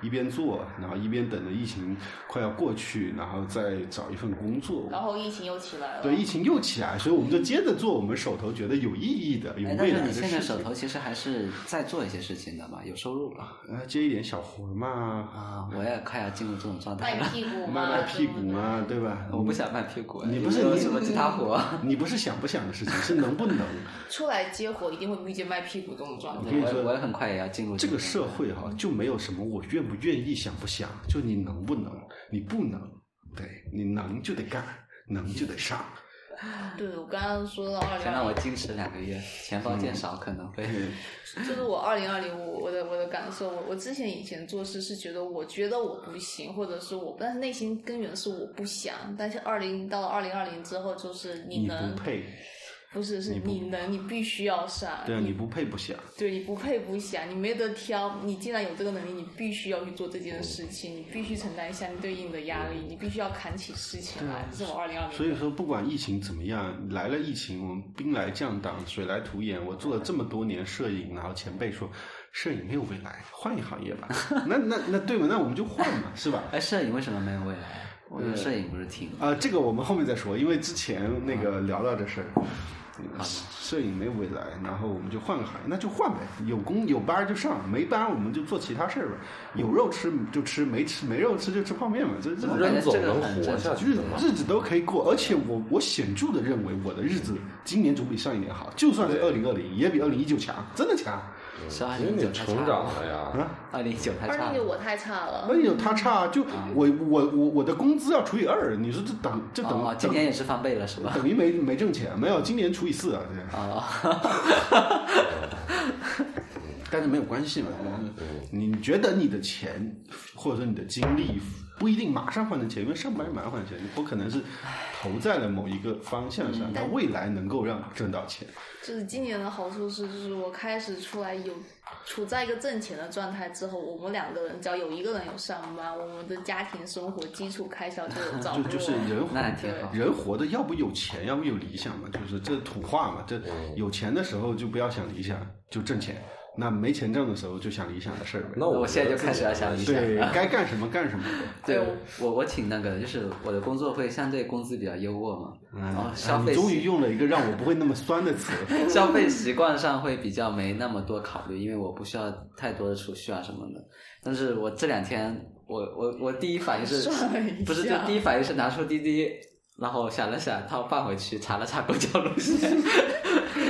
Speaker 5: 一边做，然后一边等着疫情快要过去，然后再找一份工作。
Speaker 6: 然后疫情又起来了。
Speaker 5: 对，疫情又起来，所以我们就接着做我们手头觉得有意义的、有
Speaker 2: 哎，但
Speaker 5: 未
Speaker 2: 是
Speaker 5: 来
Speaker 2: 你
Speaker 5: 的
Speaker 2: 现在
Speaker 5: 事
Speaker 2: 手
Speaker 5: 情。
Speaker 2: 头其实还是在做一些事情的嘛，有收入了
Speaker 5: 呃，接一点小活嘛，
Speaker 2: 啊！我也快要进入这种状态
Speaker 6: 卖
Speaker 2: 了。
Speaker 6: 屁股
Speaker 5: 卖
Speaker 6: 嘛，
Speaker 5: 卖屁股嘛，对吧？
Speaker 2: 我不想卖屁股，
Speaker 5: 你
Speaker 2: 有
Speaker 5: 不是
Speaker 2: 没有
Speaker 5: 你
Speaker 2: 什么其他活？
Speaker 5: 你不是想不想的事情，是能不能。
Speaker 6: 出来接活一定会遇见卖屁股这种状态
Speaker 5: 我。跟你说
Speaker 2: 我也很快也要进入
Speaker 5: 这个
Speaker 2: 种
Speaker 5: 社会哈、就没有什么我愿不愿意、想不想，就你能不能，你不能，对你能就得干，能就得上。
Speaker 6: 对，我刚刚说到二
Speaker 2: 可
Speaker 6: 零
Speaker 2: 能让
Speaker 6: 二
Speaker 2: 我
Speaker 6: 零，
Speaker 2: 矜持两个月，钱包
Speaker 5: 嗯
Speaker 2: 见少可能会。
Speaker 6: 就是我二零二零，我我的我的感受，我我之前以前做事是觉得我觉得我不行，或者是我，但是内心根源是我不想。但是二零到二零二零之后，就是你
Speaker 5: 你
Speaker 6: 能
Speaker 5: 不配，
Speaker 6: 不是是
Speaker 5: 你不
Speaker 6: 你能，你必须要上。
Speaker 5: 对啊，你不配不想。
Speaker 6: 对你不配不想，你没得挑。你既然有这个能力，你必须要去做这件事情，你必须承担相对应的压力，你必须要扛起事情来。这是我二零二零。
Speaker 5: 所以说，不管疫情怎么样，来了疫情，我们兵来将挡，水来土掩。我做了这么多年摄影，然后前辈说，摄影没有未来，换一行业吧。那那那对嘛，那我们就换嘛，是吧？
Speaker 2: 哎，摄影为什么没有未来？我觉得摄影不是挺
Speaker 5: 啊、这个我们后面再说，因为之前那个聊到这事儿，摄影没有未来，然后我们就换个行业，那就换呗，有工有班儿就上，没班儿我们就做其他事儿呗，有肉吃就吃，没吃没肉吃就吃泡面嘛，这这
Speaker 2: 我
Speaker 5: 这
Speaker 2: 感觉
Speaker 3: 人总
Speaker 2: 这个
Speaker 3: 能
Speaker 2: 很
Speaker 3: 活
Speaker 2: 正
Speaker 3: 下
Speaker 2: 常。
Speaker 3: 去
Speaker 5: 日
Speaker 3: 的
Speaker 2: [laughs]
Speaker 3: 嘛。嗯
Speaker 5: 日子都可以过，而且我我显著的认为我的日子今年总比上一年好，就算是二零二零也比二零一九强，真的强。
Speaker 2: 是二
Speaker 3: 因为
Speaker 2: 零一九
Speaker 3: 你
Speaker 2: 太
Speaker 3: 成
Speaker 2: 差
Speaker 3: 长
Speaker 2: 了，[laughs]
Speaker 3: 了呀，
Speaker 2: 二零一九太
Speaker 6: 二零
Speaker 2: 差
Speaker 6: 一九
Speaker 2: 了。
Speaker 6: 我太差了
Speaker 5: 那，有他差，就
Speaker 2: 啊
Speaker 5: 我我我我的工资要除以二，你说这等这等
Speaker 2: 哦，今
Speaker 5: 等
Speaker 2: 年也是翻倍了是吧？
Speaker 5: 等于没没挣钱，没有今年除以四啊，这样。
Speaker 2: 哦，
Speaker 5: 但是没有关系嘛。
Speaker 2: 嗯
Speaker 5: 你觉得你的钱或者说你的精力不一定马上换成钱，因为上班马上换钱，你不可能是投在了某一个方向
Speaker 2: 嗯
Speaker 5: 上，它未来能够让挣到钱。
Speaker 6: 就是今年的好处是，就是我开始出来有处在一个挣钱的状态之后，我们两个人只要有一个人有上班，我们的家庭生活基础开销就有着
Speaker 5: [laughs] 就
Speaker 6: 落。
Speaker 5: 就是人活
Speaker 2: 哦那挺好。
Speaker 5: 人活的要不有钱，要不有理想嘛，就是这土话嘛。这
Speaker 2: 嗯
Speaker 5: 有钱的时候就不要想理想，就挣钱；那没钱挣的时候就想理想的事儿呗。
Speaker 3: 那我
Speaker 2: 我现在
Speaker 3: 觉得
Speaker 2: 就开
Speaker 3: 自己
Speaker 2: 始要想理想
Speaker 5: 对，该干什么干什么呗。
Speaker 2: [laughs] 对，我我挺那个的，就是我的工作会相对工资比较优渥嘛，然后消
Speaker 5: 啊
Speaker 2: 费
Speaker 5: 你终
Speaker 2: 习
Speaker 5: 于用了一个让我不会那么
Speaker 2: [laughs]
Speaker 5: 酸的词。
Speaker 2: 消费习惯上会比较没那么多考虑，因为我不需要太多的储蓄啊什么的。但是我这两天，我我我第一反应是
Speaker 6: 算了一下，
Speaker 2: 不是就第一反应是拿出滴滴，然后想了想，他放回去，查了查公交路
Speaker 6: [laughs]
Speaker 2: 线，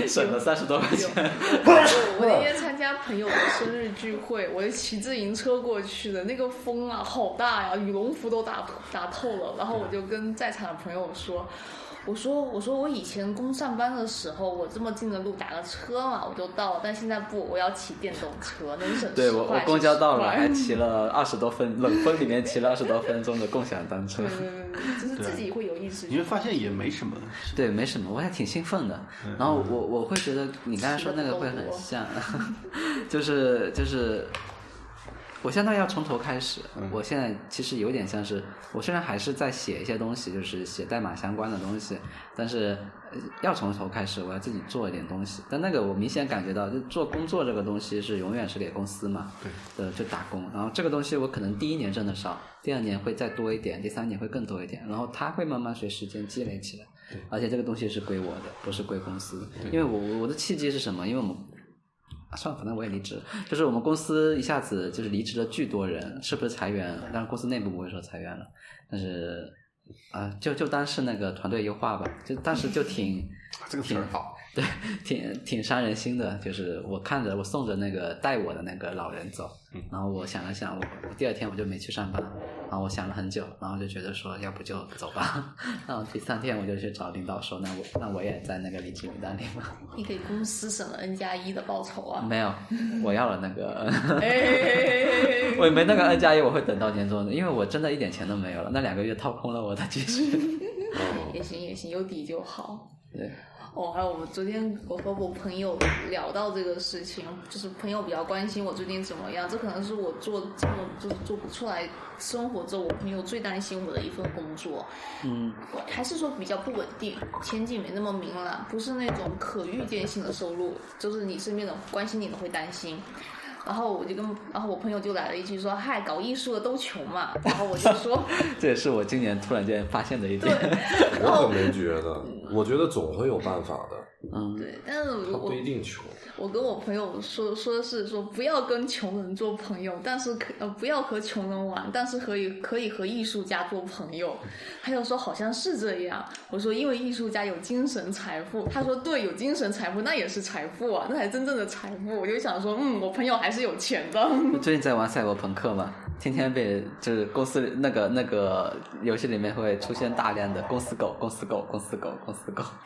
Speaker 2: 省了三十 [laughs] 多块钱。
Speaker 6: 我那天参加朋友的生日聚会，我就骑自行车过去的，那个风啊，好大呀、羽绒服都打打透了。然后我就跟在场的朋友说。我说，我说我以前公上班的时候，我这么近的路打个车嘛，我就到了。但现在不，我要骑电动车，能省
Speaker 2: 对
Speaker 6: 10
Speaker 2: 我我
Speaker 6: 块
Speaker 2: 公交到了，
Speaker 6: 10块
Speaker 2: 还骑了二十多分，冷风里面骑了二十多分钟的共享
Speaker 6: [laughs]
Speaker 2: 单车
Speaker 6: 对。对对对，就是自己会有意识。
Speaker 5: 你会发现也没什么，
Speaker 2: 对，没什么，我还挺兴奋的。然后我我会觉得你刚才说那个会很像， [laughs] 就是就是，我相当于要从头开始。我现在其实有点像是，我虽然还是在写一些东西，就是写代码相关的东西，但是呃要从头开始，我要自己做一点东西。但那个我明显感觉到，就做工作这个东西是永远是给公司嘛，对，就打工。然后这个东西我可能第一年挣的少，第二年会再多一点，第三年会更多一点，然后它会慢慢随时间积累起来。而且这个东西是归我的，不是归公司的。因为我我我的契机是什么？因为我们啊，算了，反正我也离职了。就是我们公司一下子就是离职了巨多人，是不是裁员？当然公司内部不会说裁员了，但是啊、就就当是那个团队优化吧。就当时就挺
Speaker 5: 这个词儿好。
Speaker 2: 挺挺伤人心的，就是我看着我送着那个带我的那个老人走，然后我想了想，我我第二天我就没去上班，然后我想了很久，然后就觉得说要不就走吧， [laughs] 然后第三天我就去找领导说，那我那我也在那个离职名单里吗？
Speaker 6: 你给公司省了 N 加一的报酬啊！，
Speaker 2: [laughs] 没有，我要了那个
Speaker 6: 哎，
Speaker 2: [laughs] 我没那个 N 加一，我会等到年终的，因为我真的一点钱都没有了，那两个月掏空了我的积蓄。 [laughs]
Speaker 6: 也行也行，有底就好。
Speaker 2: 对，
Speaker 6: 哦，还有我昨天我和我朋友聊到这个事情，就是朋友比较关心我最近怎么样，这可能是我做这么就是做不出来生活之后，我朋友最担心我的一份工作，
Speaker 2: 嗯，
Speaker 6: 我还是说比较不稳定，前景没那么明朗，不是那种可预见性的收入，就是你身边的关心你的会担心。然后我就跟，然后我朋友就来了一句说：“嗨，搞艺术的都穷嘛。”然后我就说 [laughs]
Speaker 2: 这也是我今年突然间发现的一点。
Speaker 3: 我可没觉得，我觉得总会有办法的，：“
Speaker 2: [laughs] 嗯，
Speaker 6: 对，但是
Speaker 3: 他
Speaker 6: 嗯我
Speaker 3: 不一定穷。
Speaker 6: 我跟我朋友说说是说不要跟穷人做朋友，但是可呃不要和穷人玩，但是可以可以和艺术家做朋友。
Speaker 5: 嗯
Speaker 6: 他就说好像是这样。我说因为艺术家有精神财富，他说对，有精神财富那也是财富啊，那才真正的财富。我就想说，嗯，我朋友还是有钱的。
Speaker 5: 嗯
Speaker 2: 我最近在玩赛博朋克嘛，天天被就是公司那个那个游戏里面会出现大量的公司狗、公司狗、公司狗、公司狗。 [laughs]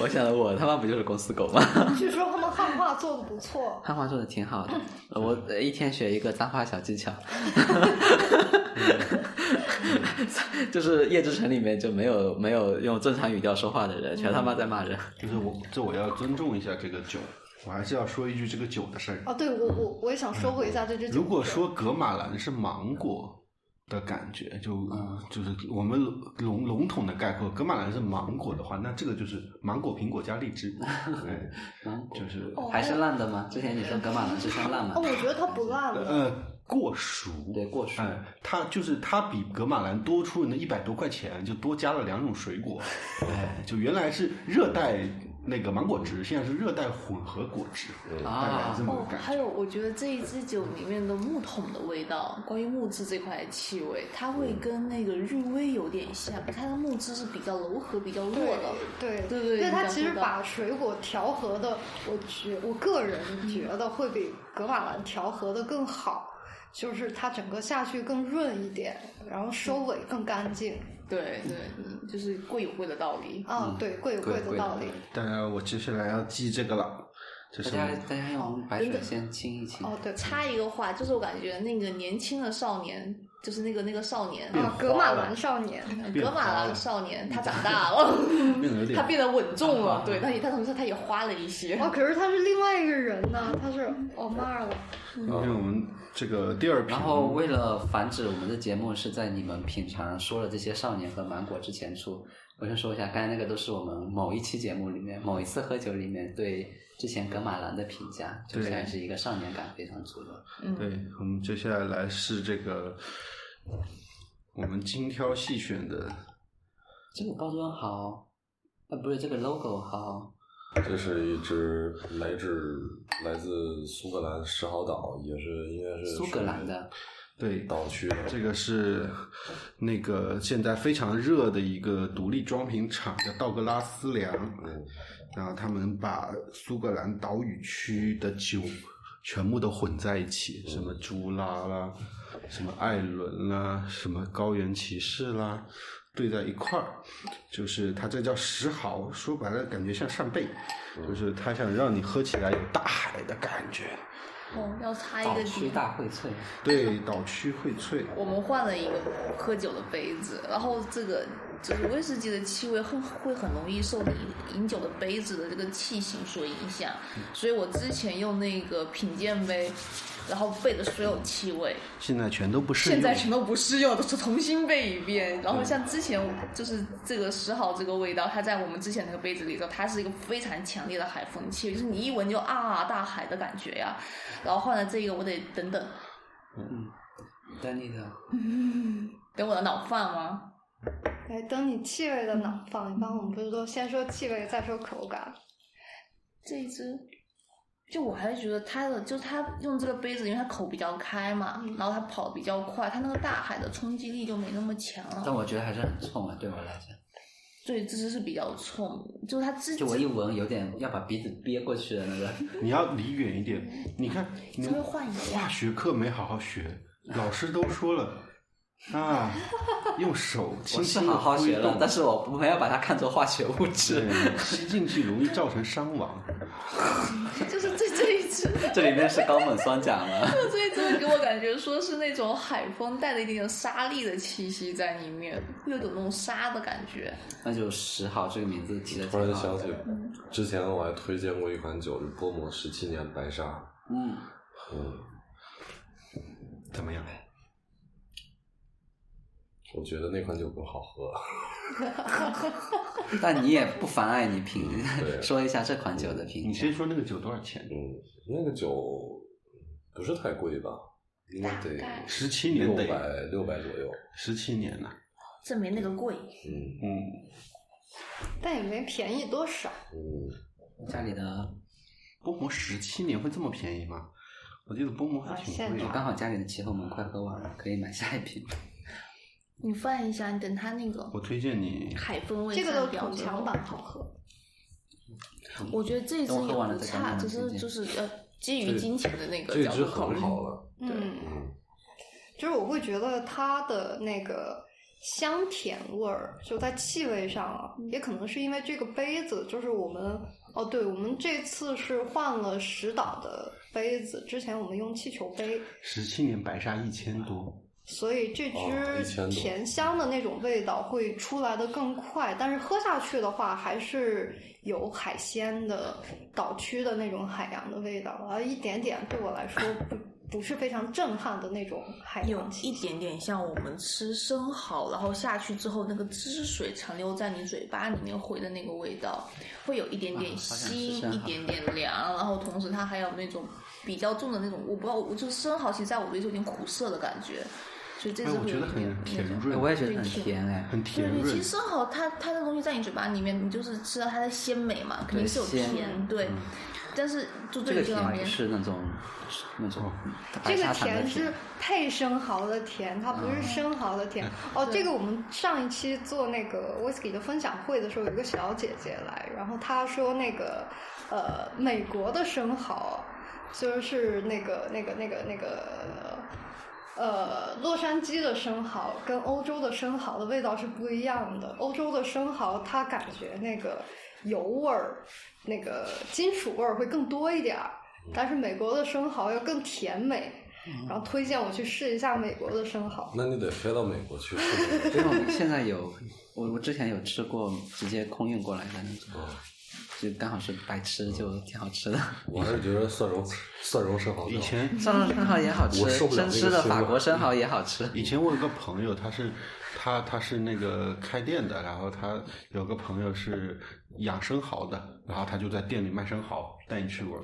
Speaker 2: 我想了，我他妈不就是公司狗吗？
Speaker 4: 据说他们汉化做的不错，
Speaker 2: 汉化做的挺好的，我一天学一个脏话小技巧， [laughs] 就是夜之城里面就没有没有用正常语调说话的人，全他妈在骂人。
Speaker 5: 就是我这我要尊重一下这个酒，我还是要说一句这个酒的事儿。
Speaker 4: 哦，对我我我也想收回一下这支酒。
Speaker 5: 嗯如果说
Speaker 2: 嗯
Speaker 5: 格马兰是芒果的感觉，就、
Speaker 2: 嗯
Speaker 5: 就是我们笼笼统的概括，格马兰是芒果的话，那这个就是芒果、苹果加荔
Speaker 2: [laughs]
Speaker 5: 枝，对，就是
Speaker 2: 还是烂的吗？之前你说格马兰是算烂吗
Speaker 4: 哦，？我觉得它不烂了。
Speaker 5: 呃过熟，
Speaker 2: 对，过熟。
Speaker 5: 哎，它就是它比格马兰多出了那一百多块钱，就多加了两种水果，哎，就原来是热带那个芒果汁，现在是热带混合果汁，
Speaker 2: 啊
Speaker 5: 大概这么个
Speaker 6: 哦
Speaker 5: 感，觉。
Speaker 6: 还有我觉得这一支酒里面的木桶的味道，关于木质这块的气味，它会
Speaker 5: 嗯
Speaker 6: 跟那个日威有点像，它的木质是比较柔和、比较弱的。
Speaker 4: 对
Speaker 6: 对对
Speaker 4: 因为它
Speaker 6: 你
Speaker 4: 其实
Speaker 6: 感受到
Speaker 4: 把水果调和的，我觉我个人觉
Speaker 6: 嗯
Speaker 4: 得会比格马兰调和的更好，就是它整个下去更润一点，然后
Speaker 6: 嗯
Speaker 4: 收尾更干净。
Speaker 6: 对对，嗯就是贵有贵的道理。
Speaker 4: 啊，对，各有各
Speaker 2: 贵有
Speaker 4: 的
Speaker 2: 贵的
Speaker 4: 道
Speaker 2: 道
Speaker 4: 理
Speaker 2: 理。
Speaker 5: 当然，我接下来要记这个了。这
Speaker 2: 大
Speaker 5: 是
Speaker 2: 家大家用白
Speaker 6: 真
Speaker 2: 水
Speaker 6: 的
Speaker 2: 先清一清。
Speaker 6: 哦，对，插一个话，就是我感觉那个年轻的少年，就是那个那个少年，嗯
Speaker 5: 变
Speaker 4: 啊，格
Speaker 5: 花
Speaker 4: 马
Speaker 5: 了
Speaker 4: 兰少年，
Speaker 5: 变
Speaker 6: 格马
Speaker 5: 花
Speaker 6: 拉
Speaker 5: 了嗯
Speaker 6: 少年，他长大了，
Speaker 5: 变得
Speaker 6: [laughs] 他
Speaker 5: 有点啊
Speaker 6: 变得稳重了，对，但也但同时他也花了一些。
Speaker 4: 哦，可是他是另外一个人呢、他是
Speaker 6: 哦
Speaker 4: 欧马尔了。
Speaker 5: 因为我们这个第二
Speaker 2: 嗯
Speaker 5: 瓶
Speaker 2: 然，后为了防止我们的节目是在你们品尝说了这些少年和芒果之前出，我先说一下，刚才那个都是我们某一期节目里面某一次喝酒里面对之前格马兰的评价，就
Speaker 5: 对
Speaker 2: 算是一个少年感非常足的。
Speaker 5: 对，我们接下来是这个我们精挑细选的，
Speaker 2: 这个包装好，呃，不是这个 logo 好，
Speaker 3: 这是一支来自来自苏格兰石壕岛，也是应该是
Speaker 2: 苏格兰的
Speaker 5: 对，
Speaker 3: 岛区的。
Speaker 5: 这个是那个现在非常热的一个独立装瓶厂，叫道格拉斯良。然后他们把苏格兰岛屿区的酒全部都混在一起，什么朱拉啦，什么艾伦啦，什么高原骑士啦，兑在一块儿。就是它这叫石壕，说白了感觉像扇贝，就是它想让你喝起来有大海的感觉。
Speaker 6: 哦，要插一
Speaker 2: 岛
Speaker 6: 个
Speaker 2: 区
Speaker 6: 底。
Speaker 2: 大荟萃，
Speaker 5: 对，岛区荟萃。
Speaker 6: 我们换了一个喝酒的杯子，然后这个就是威士忌的气味很会很容易受你饮酒的杯子的这个器型所影响，所以我之前用那个品鉴杯，然后备的所有气味，
Speaker 5: 现在全都不适
Speaker 6: 现
Speaker 5: 用。
Speaker 6: 在全都不适用，都是重新备一遍。然后像之前就是这个石蚝这个味道，它在我们之前那个杯子里头，它是一个非常强烈的海风气味，就是你一闻就啊大海的感觉呀。然后换了这个，我得等等，
Speaker 2: 丹尼的
Speaker 6: 等我的脑饭吗？
Speaker 4: 哎，等你气味的脑放一放，我们不是都先说气味，再说口感？
Speaker 6: 这一只，就我还是觉得它的，就是它用这个杯子，因为它口比较开嘛，
Speaker 2: 嗯
Speaker 6: 然后它跑得比较快，它那个大海的冲击力就没那么强了。
Speaker 2: 但我觉得还是很冲啊，对我来讲，
Speaker 6: 对，这只是比较冲，就是它之
Speaker 2: 就我一闻有点要把鼻子憋过去的那个。
Speaker 5: 你要离远一点。你看，你
Speaker 6: 稍微换一下
Speaker 5: 化学课没好好学，老师都说了
Speaker 6: [laughs]
Speaker 5: 啊，用手轻
Speaker 2: 我是
Speaker 5: 轻的
Speaker 2: 好好
Speaker 5: 挥
Speaker 2: 学了
Speaker 5: 动，，
Speaker 2: 但是我不没有把它看作化学物质。
Speaker 5: 对吸进去容易造成伤亡。
Speaker 6: 就是这这一只。
Speaker 2: [laughs] 这里面是高锰酸钾了。
Speaker 6: [laughs] 这一真的给我感觉说是那种海风带了一点点沙粒的气息在里面，会有种那种沙的感觉。
Speaker 2: [laughs] 那就十号这个名字起的
Speaker 3: 突然想起，
Speaker 6: 嗯
Speaker 3: 之前我还推荐过一款酒，是波摩十七年白沙。
Speaker 2: 嗯，
Speaker 3: 嗯，
Speaker 5: 怎么样？
Speaker 3: 我觉得那款酒不好喝。
Speaker 2: 但你也不妨碍你品 [laughs]
Speaker 3: 对
Speaker 2: 说一下这款酒的评
Speaker 5: 你
Speaker 2: 价
Speaker 5: 先。说那个酒多少钱？
Speaker 3: 嗯，那个酒不是太贵吧？应该得
Speaker 5: 十七
Speaker 3: 六
Speaker 5: 年
Speaker 3: 百
Speaker 5: 得
Speaker 3: 六百左右。
Speaker 5: 十七年呢。
Speaker 6: 这没那个贵，
Speaker 3: 嗯
Speaker 5: 嗯，
Speaker 4: 但也没便宜多少。
Speaker 3: 嗯，
Speaker 2: 家里的
Speaker 5: 波摩十七年会这么便宜吗？我记得波摩还挺贵
Speaker 2: 我
Speaker 6: 啊
Speaker 5: 的。
Speaker 2: 刚好家里的齐后门快喝完了，可以买下一瓶。
Speaker 6: 你放一下，你等它那个
Speaker 5: 我推荐你，
Speaker 6: 海风味
Speaker 4: 这个都
Speaker 6: 散掉
Speaker 4: 土
Speaker 6: 之
Speaker 4: 强
Speaker 6: 后
Speaker 4: 版好喝，
Speaker 6: 我觉得这一支
Speaker 2: 等我
Speaker 6: 也
Speaker 2: 喝完了
Speaker 6: 不
Speaker 2: 再跟你
Speaker 6: 差，
Speaker 2: 们
Speaker 6: 只
Speaker 2: 推
Speaker 6: 是
Speaker 2: 荐
Speaker 6: 就是呃，基于金钱的那个
Speaker 3: 这
Speaker 6: 角
Speaker 3: 支
Speaker 6: 度考
Speaker 3: 很
Speaker 6: 虑。
Speaker 3: 好了。
Speaker 4: 嗯，
Speaker 3: 嗯，
Speaker 4: 就是我会觉得它的那个香甜味儿，就在气味上啊，也可能是因为这个杯子，就是我们哦，对，我们这次是换了石岛的杯子，之前我们用气球杯，
Speaker 5: 十七年白沙一千多，
Speaker 4: 所以这
Speaker 3: 哦一千
Speaker 4: 支
Speaker 3: 多
Speaker 4: 甜香的那种味道会出来的更快，但是喝下去的话，还是有海鲜的岛区的那种海洋的味道，而一点点对我来说不不是非常震撼的那种海
Speaker 6: 有
Speaker 4: 洋
Speaker 6: 一
Speaker 4: 气息。
Speaker 6: 点点像我们吃生蚝，然后下去之后那个汁水残留在你嘴巴里面回的那个味道，会有一点点
Speaker 2: 啊好想吃
Speaker 6: 腥，
Speaker 2: 生蚝
Speaker 6: 一点点凉，然后同时它还有那种比较重的那种，我不知道，我就是生蚝，其实在我这就有点苦涩的感觉，所以这
Speaker 5: 哎，
Speaker 6: 次
Speaker 5: 我
Speaker 6: 会有
Speaker 5: 觉得
Speaker 6: 一点
Speaker 5: 很
Speaker 6: 那
Speaker 5: 甜
Speaker 6: 种。
Speaker 2: 我
Speaker 5: 润，
Speaker 2: 也觉得很甜哎，
Speaker 5: 很
Speaker 6: 对
Speaker 5: 甜
Speaker 6: 对，
Speaker 5: 润
Speaker 6: 其实。生蚝它它那东西在你嘴巴里面，你就是吃到它的鲜美嘛，肯定是有
Speaker 2: 鲜嗯
Speaker 6: 甜，对。但是就
Speaker 2: 这
Speaker 6: 对
Speaker 2: 个
Speaker 6: 于这个
Speaker 2: 甜
Speaker 6: 而
Speaker 2: 不
Speaker 6: 言，
Speaker 2: 是那种那
Speaker 3: 哦
Speaker 2: 种
Speaker 4: 这
Speaker 2: 白
Speaker 4: 个
Speaker 2: 砂糖的
Speaker 4: 甜是配生蚝的甜，它不是生蚝的
Speaker 2: [laughs]
Speaker 4: 甜。哦，这个我们上一期做那个 whisky 的分享会的时候，有一个小姐姐来，然后她说那个呃，美国的生蚝就是那个那个那个那个。呃，洛杉矶的生蚝跟欧洲的生蚝的味道是不一样的。欧洲的生蚝，它感觉那个油味儿、那个金属味儿会更多一点儿，但是美国的生蚝又更甜美。然后推荐我去试一下美国的生蚝，
Speaker 3: 那你得飞到美国去试试。 [laughs]
Speaker 2: 因为我们现在有，我我之前有吃过直接空运过来的那
Speaker 3: 嗯
Speaker 2: 种，就刚好是白吃，就挺好
Speaker 3: [laughs]
Speaker 2: 吃的。
Speaker 3: 我还是觉得蒜蓉蒜蓉生蚝最
Speaker 5: 以
Speaker 3: 好
Speaker 5: 前
Speaker 2: 上了生蚝也好吃
Speaker 3: 我受，不了
Speaker 2: 生吃
Speaker 3: 那个
Speaker 2: 的
Speaker 3: 腥味
Speaker 2: 法国生蚝也好吃。
Speaker 5: 以前我有个朋友，他是他他是那个开店的，然后他有个朋友是养生蚝的，然后他就在店里卖生蚝，带你去过，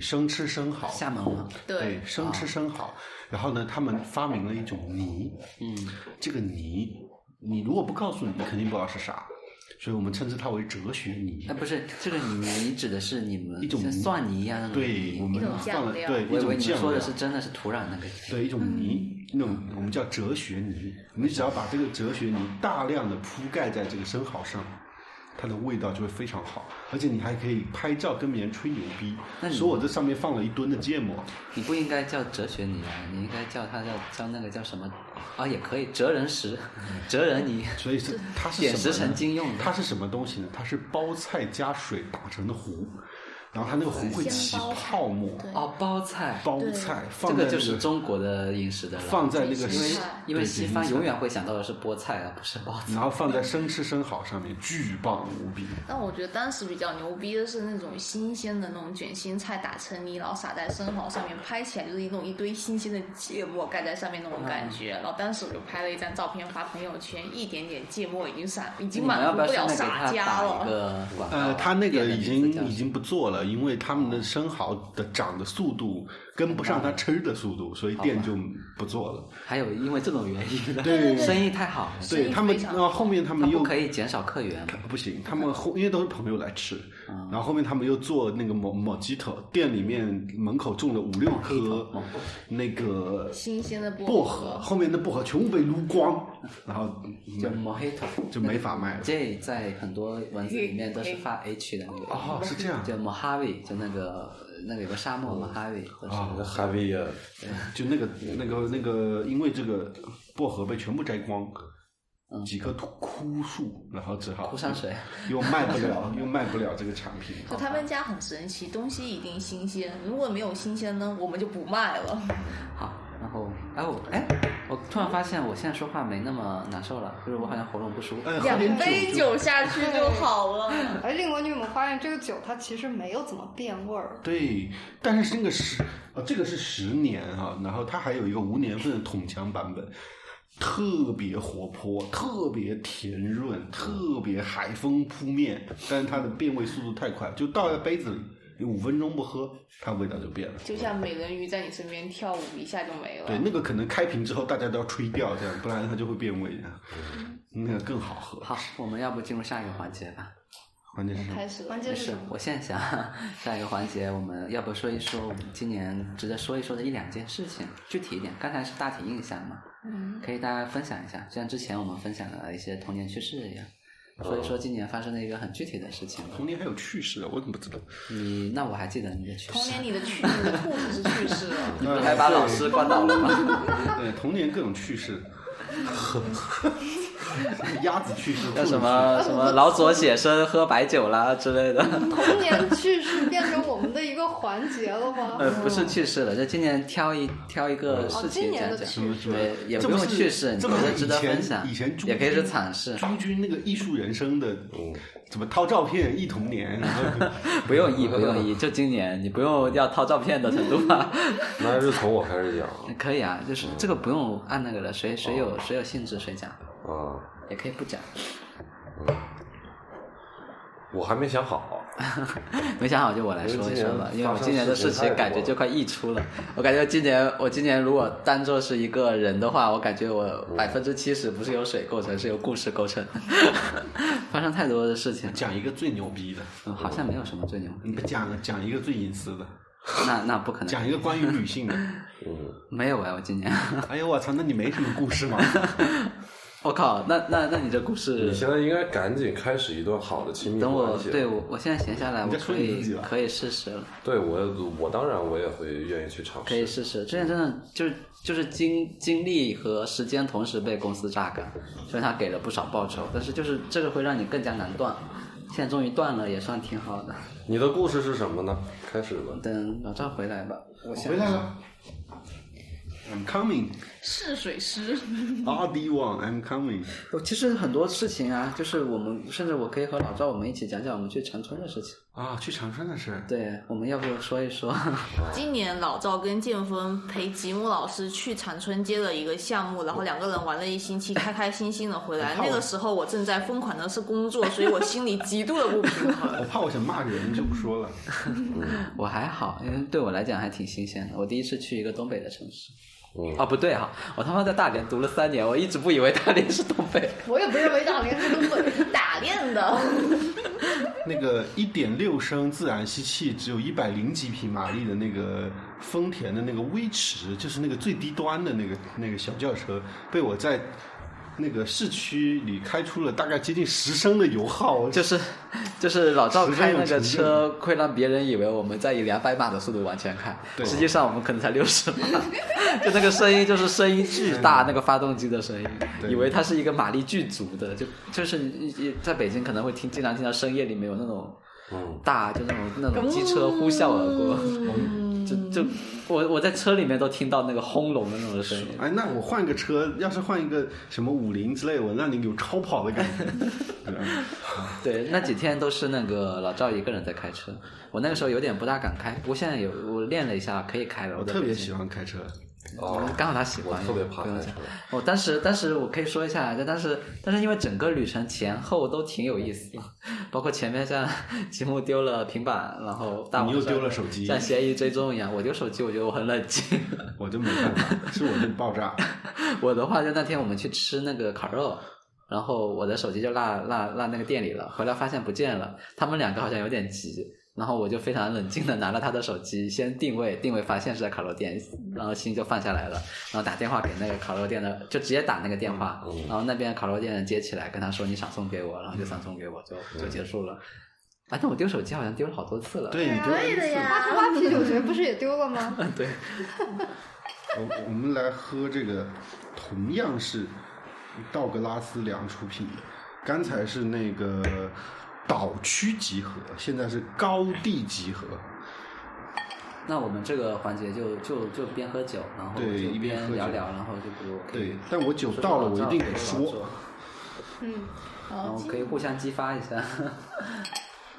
Speaker 5: 生吃生蚝，
Speaker 2: 厦门嘛，
Speaker 6: 嗯对，
Speaker 5: 生吃生蚝。然后呢，他们发明了一种泥，
Speaker 2: 嗯，
Speaker 5: 这个泥你如果不告诉你，你肯定不知道是啥，所以我们称之它为哲学泥
Speaker 2: 哎，。不是这个泥指的是你们
Speaker 5: 一种
Speaker 2: 像
Speaker 5: 泥
Speaker 2: 蒜泥一样的那种
Speaker 5: 对，
Speaker 2: 泥。
Speaker 5: 我们
Speaker 6: 一种
Speaker 5: 放了
Speaker 6: 酱料
Speaker 2: 我
Speaker 5: 对一
Speaker 2: 以为
Speaker 5: 种
Speaker 2: 你
Speaker 5: 酱
Speaker 2: 说
Speaker 5: 料
Speaker 2: 的是真的是土壤那个泥。
Speaker 5: 的一种泥，那种我们叫哲学泥。你只要把这个哲学泥大量的铺盖在这个生蚝上，它的味道就会非常好，而且你还可以拍照跟别人吹牛逼
Speaker 2: 那，你
Speaker 5: 说我这上面放了一吨的芥末。
Speaker 2: 你不应该叫哲学泥啊，你应该叫它叫叫那个叫什么啊？也可以哲人石、
Speaker 5: 嗯
Speaker 2: 哲人泥，
Speaker 5: 所以是它是
Speaker 2: 点
Speaker 5: 什
Speaker 2: 石
Speaker 5: 么呢
Speaker 2: 成金用的
Speaker 5: 它。是什么东西呢？它是包菜加水打成的糊，然后它那个糊会起泡沫。
Speaker 6: 对
Speaker 2: 哦，包菜，
Speaker 5: 包菜
Speaker 2: 这
Speaker 5: 放在
Speaker 2: 个
Speaker 5: 那
Speaker 2: 就是中国的饮食的了。
Speaker 5: 放在那个
Speaker 6: 因为
Speaker 2: 因为
Speaker 5: 对
Speaker 2: 西
Speaker 5: 芹
Speaker 2: 方
Speaker 5: 菜
Speaker 2: 永远会想到的是菠菜啊而不是包子。
Speaker 5: 然后放在生吃生蚝上面，巨棒无比。
Speaker 6: 但我觉得当时比较牛逼的是那种新鲜的那种卷心菜打成泥，然后撒在生蚝上面，拍起来就是一种一堆新鲜的芥末盖在上面那种
Speaker 2: 嗯
Speaker 6: 感觉。然后当时我就拍了一张照片发朋友圈，一点点芥末已经散，已经
Speaker 2: 你们
Speaker 6: 满
Speaker 2: 要
Speaker 6: 足
Speaker 2: 不要现在
Speaker 6: 了
Speaker 2: 给
Speaker 6: 洒
Speaker 2: 他
Speaker 6: 家
Speaker 2: 打一
Speaker 6: 了。
Speaker 5: [laughs]
Speaker 2: 个广告？
Speaker 5: 呃，他那个
Speaker 2: 店的
Speaker 5: 已
Speaker 2: 名字叫
Speaker 5: 经已经不做了，因为他们的生蚝的长的速度跟不上他吃的速度，所以店就不做了。
Speaker 2: 还有因为这种原因的，
Speaker 5: 对
Speaker 2: 生意太好了，
Speaker 6: 生意
Speaker 5: 对他们
Speaker 6: 非，常
Speaker 5: 呃，后面他
Speaker 2: 他
Speaker 5: 们
Speaker 2: 不
Speaker 5: 又
Speaker 2: 可以减少客源嘛。
Speaker 5: 不行，他们后因为都是朋友来吃，然后后面他们又做那个某某鸡头，店里面门口种了五六棵那个
Speaker 6: 新鲜的薄
Speaker 5: 薄荷，后面的薄荷全部被撸光，然后
Speaker 2: 就
Speaker 5: 没
Speaker 2: mojito
Speaker 5: 就没法卖了。
Speaker 2: J 在很多文字里面都是发 H 的那个，
Speaker 5: 哦，是这样，
Speaker 2: 就 Mojave，就那个那个有个沙漠 Mojave，都是
Speaker 5: 哦
Speaker 3: 啊，海威也
Speaker 5: 就那个那个那个，因为这个薄荷被全部摘光，几棵枯枯树，然后只好
Speaker 2: 枯山水，
Speaker 5: 又卖不了， [laughs] 又卖不了这个产品。
Speaker 6: 就他们家很神奇，东西一定新鲜，如果没有新鲜呢，我们就不卖了。
Speaker 2: 好，然后哎我哎，我突然发现我现在说话没那么难受了，就是我好像喉咙不舒服。
Speaker 5: 嗯，喝
Speaker 6: 两
Speaker 5: 点
Speaker 6: 杯
Speaker 5: 酒
Speaker 6: 酒下去
Speaker 2: [laughs]
Speaker 6: 就好了。
Speaker 4: 而另外，你有没有发现这个酒它其实没有怎么变味儿？
Speaker 5: 对，但是那个十，呃，这个是十年啊，然后它还有一个无年份的桶强版本，特别活泼，特别甜润，特别海风扑面，但是它的变味速度太快，就倒在杯子里，你五分钟不喝，它味道就变了。
Speaker 8: 就像美人鱼在你身边跳舞，一下就没了。
Speaker 5: 对，那个可能开瓶之后大家都要吹掉，这样不然它就会变味的，
Speaker 2: 嗯
Speaker 5: 那个更好喝。
Speaker 2: 好，我们要不进入下一个环节吧？
Speaker 5: 关键是
Speaker 4: 开始了，关
Speaker 2: 就
Speaker 4: 键是
Speaker 2: 是
Speaker 4: 什么？
Speaker 2: 我现在想下一个环节，我们要不说一说我们今年值得说一说的一两件事情，具体一点。刚才是大体印象嘛，嗯，可以大家分享一下，就像之前我们分享了一些童年趣事一样，说一说今年发生的一个很具体的事情吧。
Speaker 5: 童年还有趣事啊，我怎么不知道？
Speaker 2: 你那我还记得你的趣
Speaker 6: 童
Speaker 2: 事，
Speaker 6: 年里的去，你 [laughs] 的兔子是去世了。
Speaker 2: 你不 [laughs] 还把老师关倒了 [laughs] 吗？
Speaker 5: 对，童年各种趣事， [laughs] 鸭子去世，
Speaker 2: 有什么什么老左写生喝白酒啦之类的。
Speaker 4: 童年趣事变成我们的一个环节了吗？
Speaker 2: 呃，不是去世了，就今年挑一挑一个事
Speaker 4: 哦今
Speaker 2: 情
Speaker 4: 年的
Speaker 2: 讲讲
Speaker 4: 趣事，
Speaker 2: 对，也
Speaker 5: 这
Speaker 2: 不
Speaker 5: 不
Speaker 2: 用
Speaker 5: 是
Speaker 2: 去世，你觉
Speaker 5: 这不
Speaker 2: 得
Speaker 5: 是
Speaker 2: 值
Speaker 5: 以
Speaker 2: 得
Speaker 5: 前
Speaker 2: 分享
Speaker 5: 以前，朱
Speaker 2: 也可以是
Speaker 5: 军
Speaker 2: 惨事，
Speaker 5: 朱军那个艺术人生的，
Speaker 2: 嗯
Speaker 5: 怎么掏照片忆童年？然后
Speaker 2: 不用移，不用移，就今年，你不用要掏照片的程度吧？ [laughs]
Speaker 3: 那还是从我开始讲
Speaker 2: 可以啊，就是这个不用按那个了，谁谁有谁有兴致谁讲，
Speaker 3: 啊，
Speaker 2: 也可以不讲。
Speaker 3: 我还没想好。
Speaker 2: [laughs] 没想好就我来说一说吧，因
Speaker 3: 因
Speaker 2: 为
Speaker 3: 为今年
Speaker 2: 我今年的事
Speaker 3: 发生
Speaker 2: 情
Speaker 3: 的
Speaker 2: 感觉
Speaker 3: 事情太多了
Speaker 2: 就快溢出了。我感觉今年我今年如果当做是一个人的话，我感觉我
Speaker 5: 嗯
Speaker 2: 百分之七十不是由水构成，是由故事构成。 [laughs] 发生太多的事情，
Speaker 5: 讲一个最牛逼的，嗯
Speaker 2: 嗯好像没有什么最牛。
Speaker 5: 你不讲讲一个最隐私的，
Speaker 2: 那那不可
Speaker 5: 讲
Speaker 2: 能，
Speaker 5: 一个关于女性的。
Speaker 2: 没有哎，我今年，
Speaker 5: [laughs] 哎呦我操，那你没什么故事吗？
Speaker 2: 我靠，那那那你这故事
Speaker 3: 你现在应该赶紧开始一段好的亲密
Speaker 2: 等我
Speaker 3: 关系。
Speaker 2: 对我我现在闲下来，我
Speaker 5: 你在
Speaker 2: 可
Speaker 5: 说你自己
Speaker 2: 以
Speaker 5: 吧
Speaker 2: 可以试试了，
Speaker 3: 对我我当然我也会愿意去尝
Speaker 2: 可以
Speaker 3: 试。
Speaker 2: 试试。之前真的就是就是精精力和时间同时被公司榨干，虽然他给了不少报酬，但是就是这个会让你更加难断。现在终于断了，也算挺好的。
Speaker 3: 你的故事是什么呢？开始吧。
Speaker 2: 等老赵回来吧，我想
Speaker 5: 哦回来了。I'm coming,
Speaker 6: 试水师，
Speaker 5: R D one, I'm coming。
Speaker 2: 我其实很多事情啊，就是我们甚至我可以和老赵我们一起讲讲我们去长春的事情。
Speaker 5: 啊，去长春的事儿，
Speaker 2: 对，我们要不说一说？ [laughs]
Speaker 6: 今年老赵跟建峰陪吉姆老师去长春接了一个项目，然后两个人玩了一星期，开开心心的回来。那个时候我正在疯狂的是工作，所以我心里极度的不 [laughs] 平衡。
Speaker 5: [laughs] 我怕我想骂人就不说 [laughs] 了。
Speaker 2: 我还好，因为对我来讲还挺新鲜的。我第一次去一个东北的城市。
Speaker 3: 嗯
Speaker 2: 啊，不对哈、我他妈在大连读了三年，我一直不以为大连是东北。
Speaker 4: 我也不认为大连是东北。
Speaker 6: 打练的，
Speaker 5: 那个一点六升自然吸气，只有一百零几匹马力的那个丰田的那个威驰，就是那个最低端的那个那个小轿车，被我在那个市区里开出了大概接近十升的油耗，
Speaker 2: 就是 [laughs] 就是老赵开那个
Speaker 5: 十分
Speaker 2: 车，会让别人以为我们在以两百码的速度往前开，
Speaker 5: 对
Speaker 2: 实际上我们可能才六十码， [laughs] 就那个声音就是声音巨大，那个发动机的声音，
Speaker 5: 对
Speaker 2: 以为它是一个马力巨足的，就就是一一在北京可能会听经常听到深夜里面有那种
Speaker 3: 嗯，
Speaker 2: 大就那种那种机车呼啸而过，就 [laughs] 就我我在车里面都听到那个轰隆的那种声音。
Speaker 5: [laughs] 哎，那我换个车，要是换一个什么五菱之类，我让你有超跑的感觉。 [laughs] 对吧
Speaker 2: [laughs] 对，那几天都是那个老赵一个人在开车，我那个时候有点不大敢开，不过现在有我练了一下可以开了。
Speaker 5: 我
Speaker 2: 在
Speaker 5: 特别
Speaker 2: 北京
Speaker 5: 喜，欢开车，
Speaker 3: 哦，
Speaker 2: 刚好他喜
Speaker 3: 我
Speaker 2: 欢，
Speaker 3: 特别怕
Speaker 2: 嗯不用
Speaker 3: 开
Speaker 2: 讲哦
Speaker 3: 车。
Speaker 2: 我当时，当时我可以说一下，但当时，但是因为整个旅程前后都挺有意思的， [laughs] 包括前面像吉姆丢了平板，然后大王
Speaker 5: 你又
Speaker 2: 像
Speaker 5: 丢了手机
Speaker 2: 像嫌疑追踪一样，我丢手机，我觉得我很冷静。
Speaker 5: 我就没办法，是我就爆炸。
Speaker 2: 我的话，就那天我们去吃那个烤肉，然后我的手机就落落落那个店里了，回来发现不见了。他们两个好像有点急，然后我就非常冷静的拿了他的手机，先定位，定位发现是在烤肉店，然后心就放下来了，然后打电话给那个烤肉店的，就直接打那个电话，
Speaker 5: 嗯
Speaker 2: 然后那边烤肉店的接起来，跟他说你想送给我，然后就想送给我，就
Speaker 5: 嗯
Speaker 2: 就结束了。啊，但我丢手机好像丢了好多次了。
Speaker 5: [laughs] 对，你就
Speaker 6: 对的呀。
Speaker 4: 八十八啤酒节不是也丢了吗？
Speaker 2: 对，
Speaker 5: 我我们来喝这个，同样是道格拉斯粮出品的，刚才是那个岛区集合，现在是高地集合，
Speaker 2: 那我们这个环节就就就边喝酒，然后
Speaker 5: 对
Speaker 2: 就
Speaker 5: 一边喝酒
Speaker 2: 聊聊，然后就比如我可以
Speaker 5: 对但我酒到了我一定得说
Speaker 2: 说老
Speaker 6: 哦
Speaker 2: 赵。
Speaker 4: 嗯，
Speaker 2: 然后可以互相激发一下。 [laughs]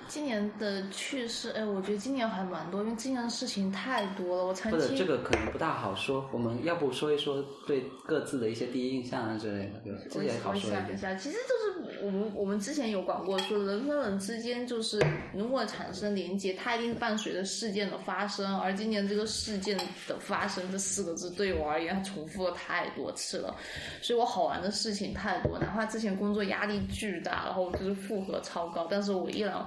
Speaker 6: 今年的趣事，哎，我觉得今年还蛮多，因为今年的事情太多了。我曾
Speaker 2: 或者
Speaker 6: 经
Speaker 2: 这个可能不大好说，我们要不说一说对各自的一些第一印象啊之类的，对吧？这也好
Speaker 6: 我
Speaker 2: 说
Speaker 6: 想一
Speaker 2: 点。
Speaker 6: 下，其实就是我们我们之前有管过说，人跟人之间就是如果产生连接，它一定是伴随着事件的发生。而今年这个事件的发生这四个字对我而言，它重复了太多次了，所以我好玩的事情太多，哪怕之前工作压力巨大，然后就是负荷超高，但是我依然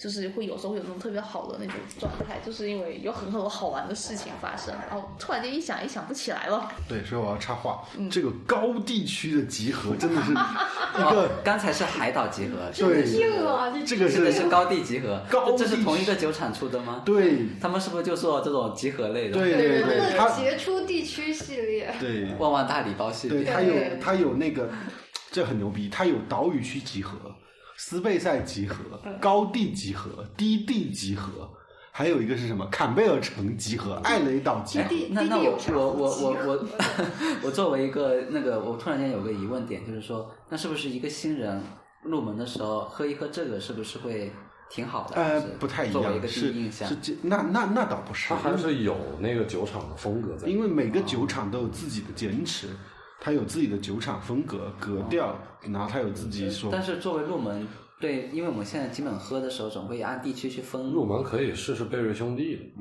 Speaker 6: 就是会有时候会有那种特别好的那种状态，就是因为有很多好玩的事情发生，然后突然间一想也想不起来了。
Speaker 5: 对，所以我要插话，这个高地区的集合真的是
Speaker 2: [laughs]
Speaker 5: 一个，
Speaker 2: 哦刚才是海岛集合，
Speaker 5: 对，
Speaker 4: 硬啊，这
Speaker 5: 这个
Speaker 2: 这个是
Speaker 5: 是，
Speaker 2: 高地集合，
Speaker 5: 高地
Speaker 2: 这是同一个酒厂出的吗？
Speaker 5: 对，
Speaker 2: 他们是不是就做这种集合类的？
Speaker 5: 对对
Speaker 4: 真
Speaker 5: 对，
Speaker 4: 的
Speaker 5: 他，
Speaker 4: 杰出地区系列。
Speaker 5: 对，
Speaker 2: 旺旺大礼包系
Speaker 5: 对，
Speaker 2: 列。
Speaker 5: 它有它有那个，这很牛逼，它有岛屿区集合、斯贝塞集合、
Speaker 2: 嗯
Speaker 5: 高地集合、低地集合，还有一个是什么？坎贝尔城集合、艾雷岛集合。
Speaker 4: 弟
Speaker 2: 那
Speaker 4: 弟
Speaker 2: 那
Speaker 4: 弟有
Speaker 2: 我
Speaker 4: 啥
Speaker 2: 我
Speaker 4: 好
Speaker 2: 我
Speaker 4: 奇啊
Speaker 2: 我我我 [laughs] 作为一个那个，我突然间有个疑问点，就是说，那是不是一个新人入门的时候喝一喝这个，是不是会挺好的？
Speaker 5: 呃
Speaker 2: 还是，
Speaker 5: 不太一
Speaker 2: 作为一个
Speaker 5: 样，
Speaker 2: 第
Speaker 5: 是
Speaker 2: 一印象啊
Speaker 5: 是，这那那那倒不是
Speaker 3: 它，还是有那个酒厂的风格在。
Speaker 5: 因为每个酒厂都有自己的坚持，它有自己的酒厂风格、格调，然后它有自己所
Speaker 2: 哦嗯但是作为入门，对，因为我们现在基本喝的时候总会按地区去分
Speaker 3: 入门可以试试贝瑞兄弟，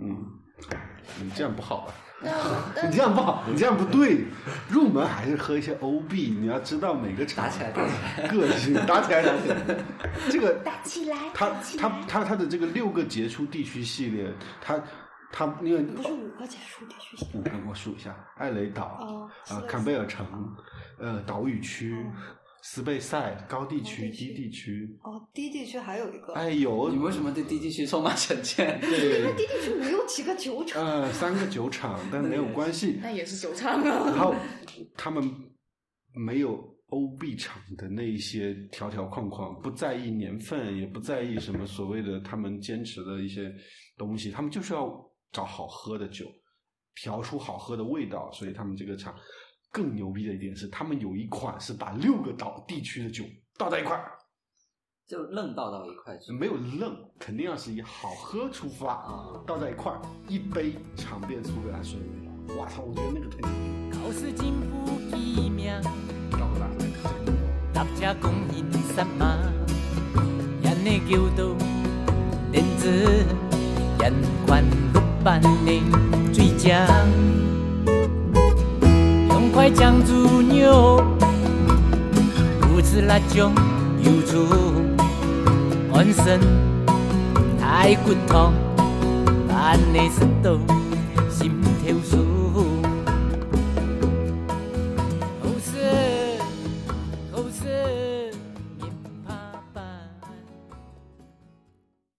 Speaker 5: 你这样不好吧？啊
Speaker 6: 但
Speaker 5: [laughs] 你这样不好，你这样不对。入门还是喝一些 OB，你要知道每个厂
Speaker 2: 打起来，打起来。
Speaker 5: 个性，打起来，打起来。这个
Speaker 6: 打起来，
Speaker 5: 它
Speaker 6: 打起
Speaker 5: 它
Speaker 6: 来
Speaker 5: 它它的这个六个杰出地区系列，它它因为
Speaker 4: 不是五个结束地区系列
Speaker 5: 五个我数一下：艾雷岛、
Speaker 4: 哦，斯
Speaker 5: 啊坎贝尔城、呃岛屿区
Speaker 4: 嗯、
Speaker 5: 斯贝塞高地区、
Speaker 4: 高地区
Speaker 5: 低地区。
Speaker 4: 哦，低地区还有一个，
Speaker 5: 哎呦
Speaker 2: 你，为什么对低地区充满成见？
Speaker 5: 对，
Speaker 4: 低地区没有几个酒厂，
Speaker 5: 呃，三个酒厂，但没有关系。
Speaker 6: 那也是酒厂啊。
Speaker 5: 然后他们没有欧币厂的那一些条条框框，不在意年份，也不在意什么所谓的他们坚持的一些东西，他们就是要找好喝的酒，调出好喝的味道。所以他们这个厂更牛逼的一点是，他们有一款是把六个岛地区的酒倒在一块儿，
Speaker 2: [laughs] 就愣倒到一块去。啊
Speaker 5: 没有愣，肯定要是以好喝出发，啊倒在一块儿，一杯尝遍苏格兰所有味道。哇操，我觉得那个太牛逼了。
Speaker 9: 考试真不机命，
Speaker 5: 倒过来，
Speaker 9: 搭车讲因什么？人的叫做电子，人管不办的最强。用块酱猪肉，不吃辣椒油醋，安神太骨汤，办的石头心。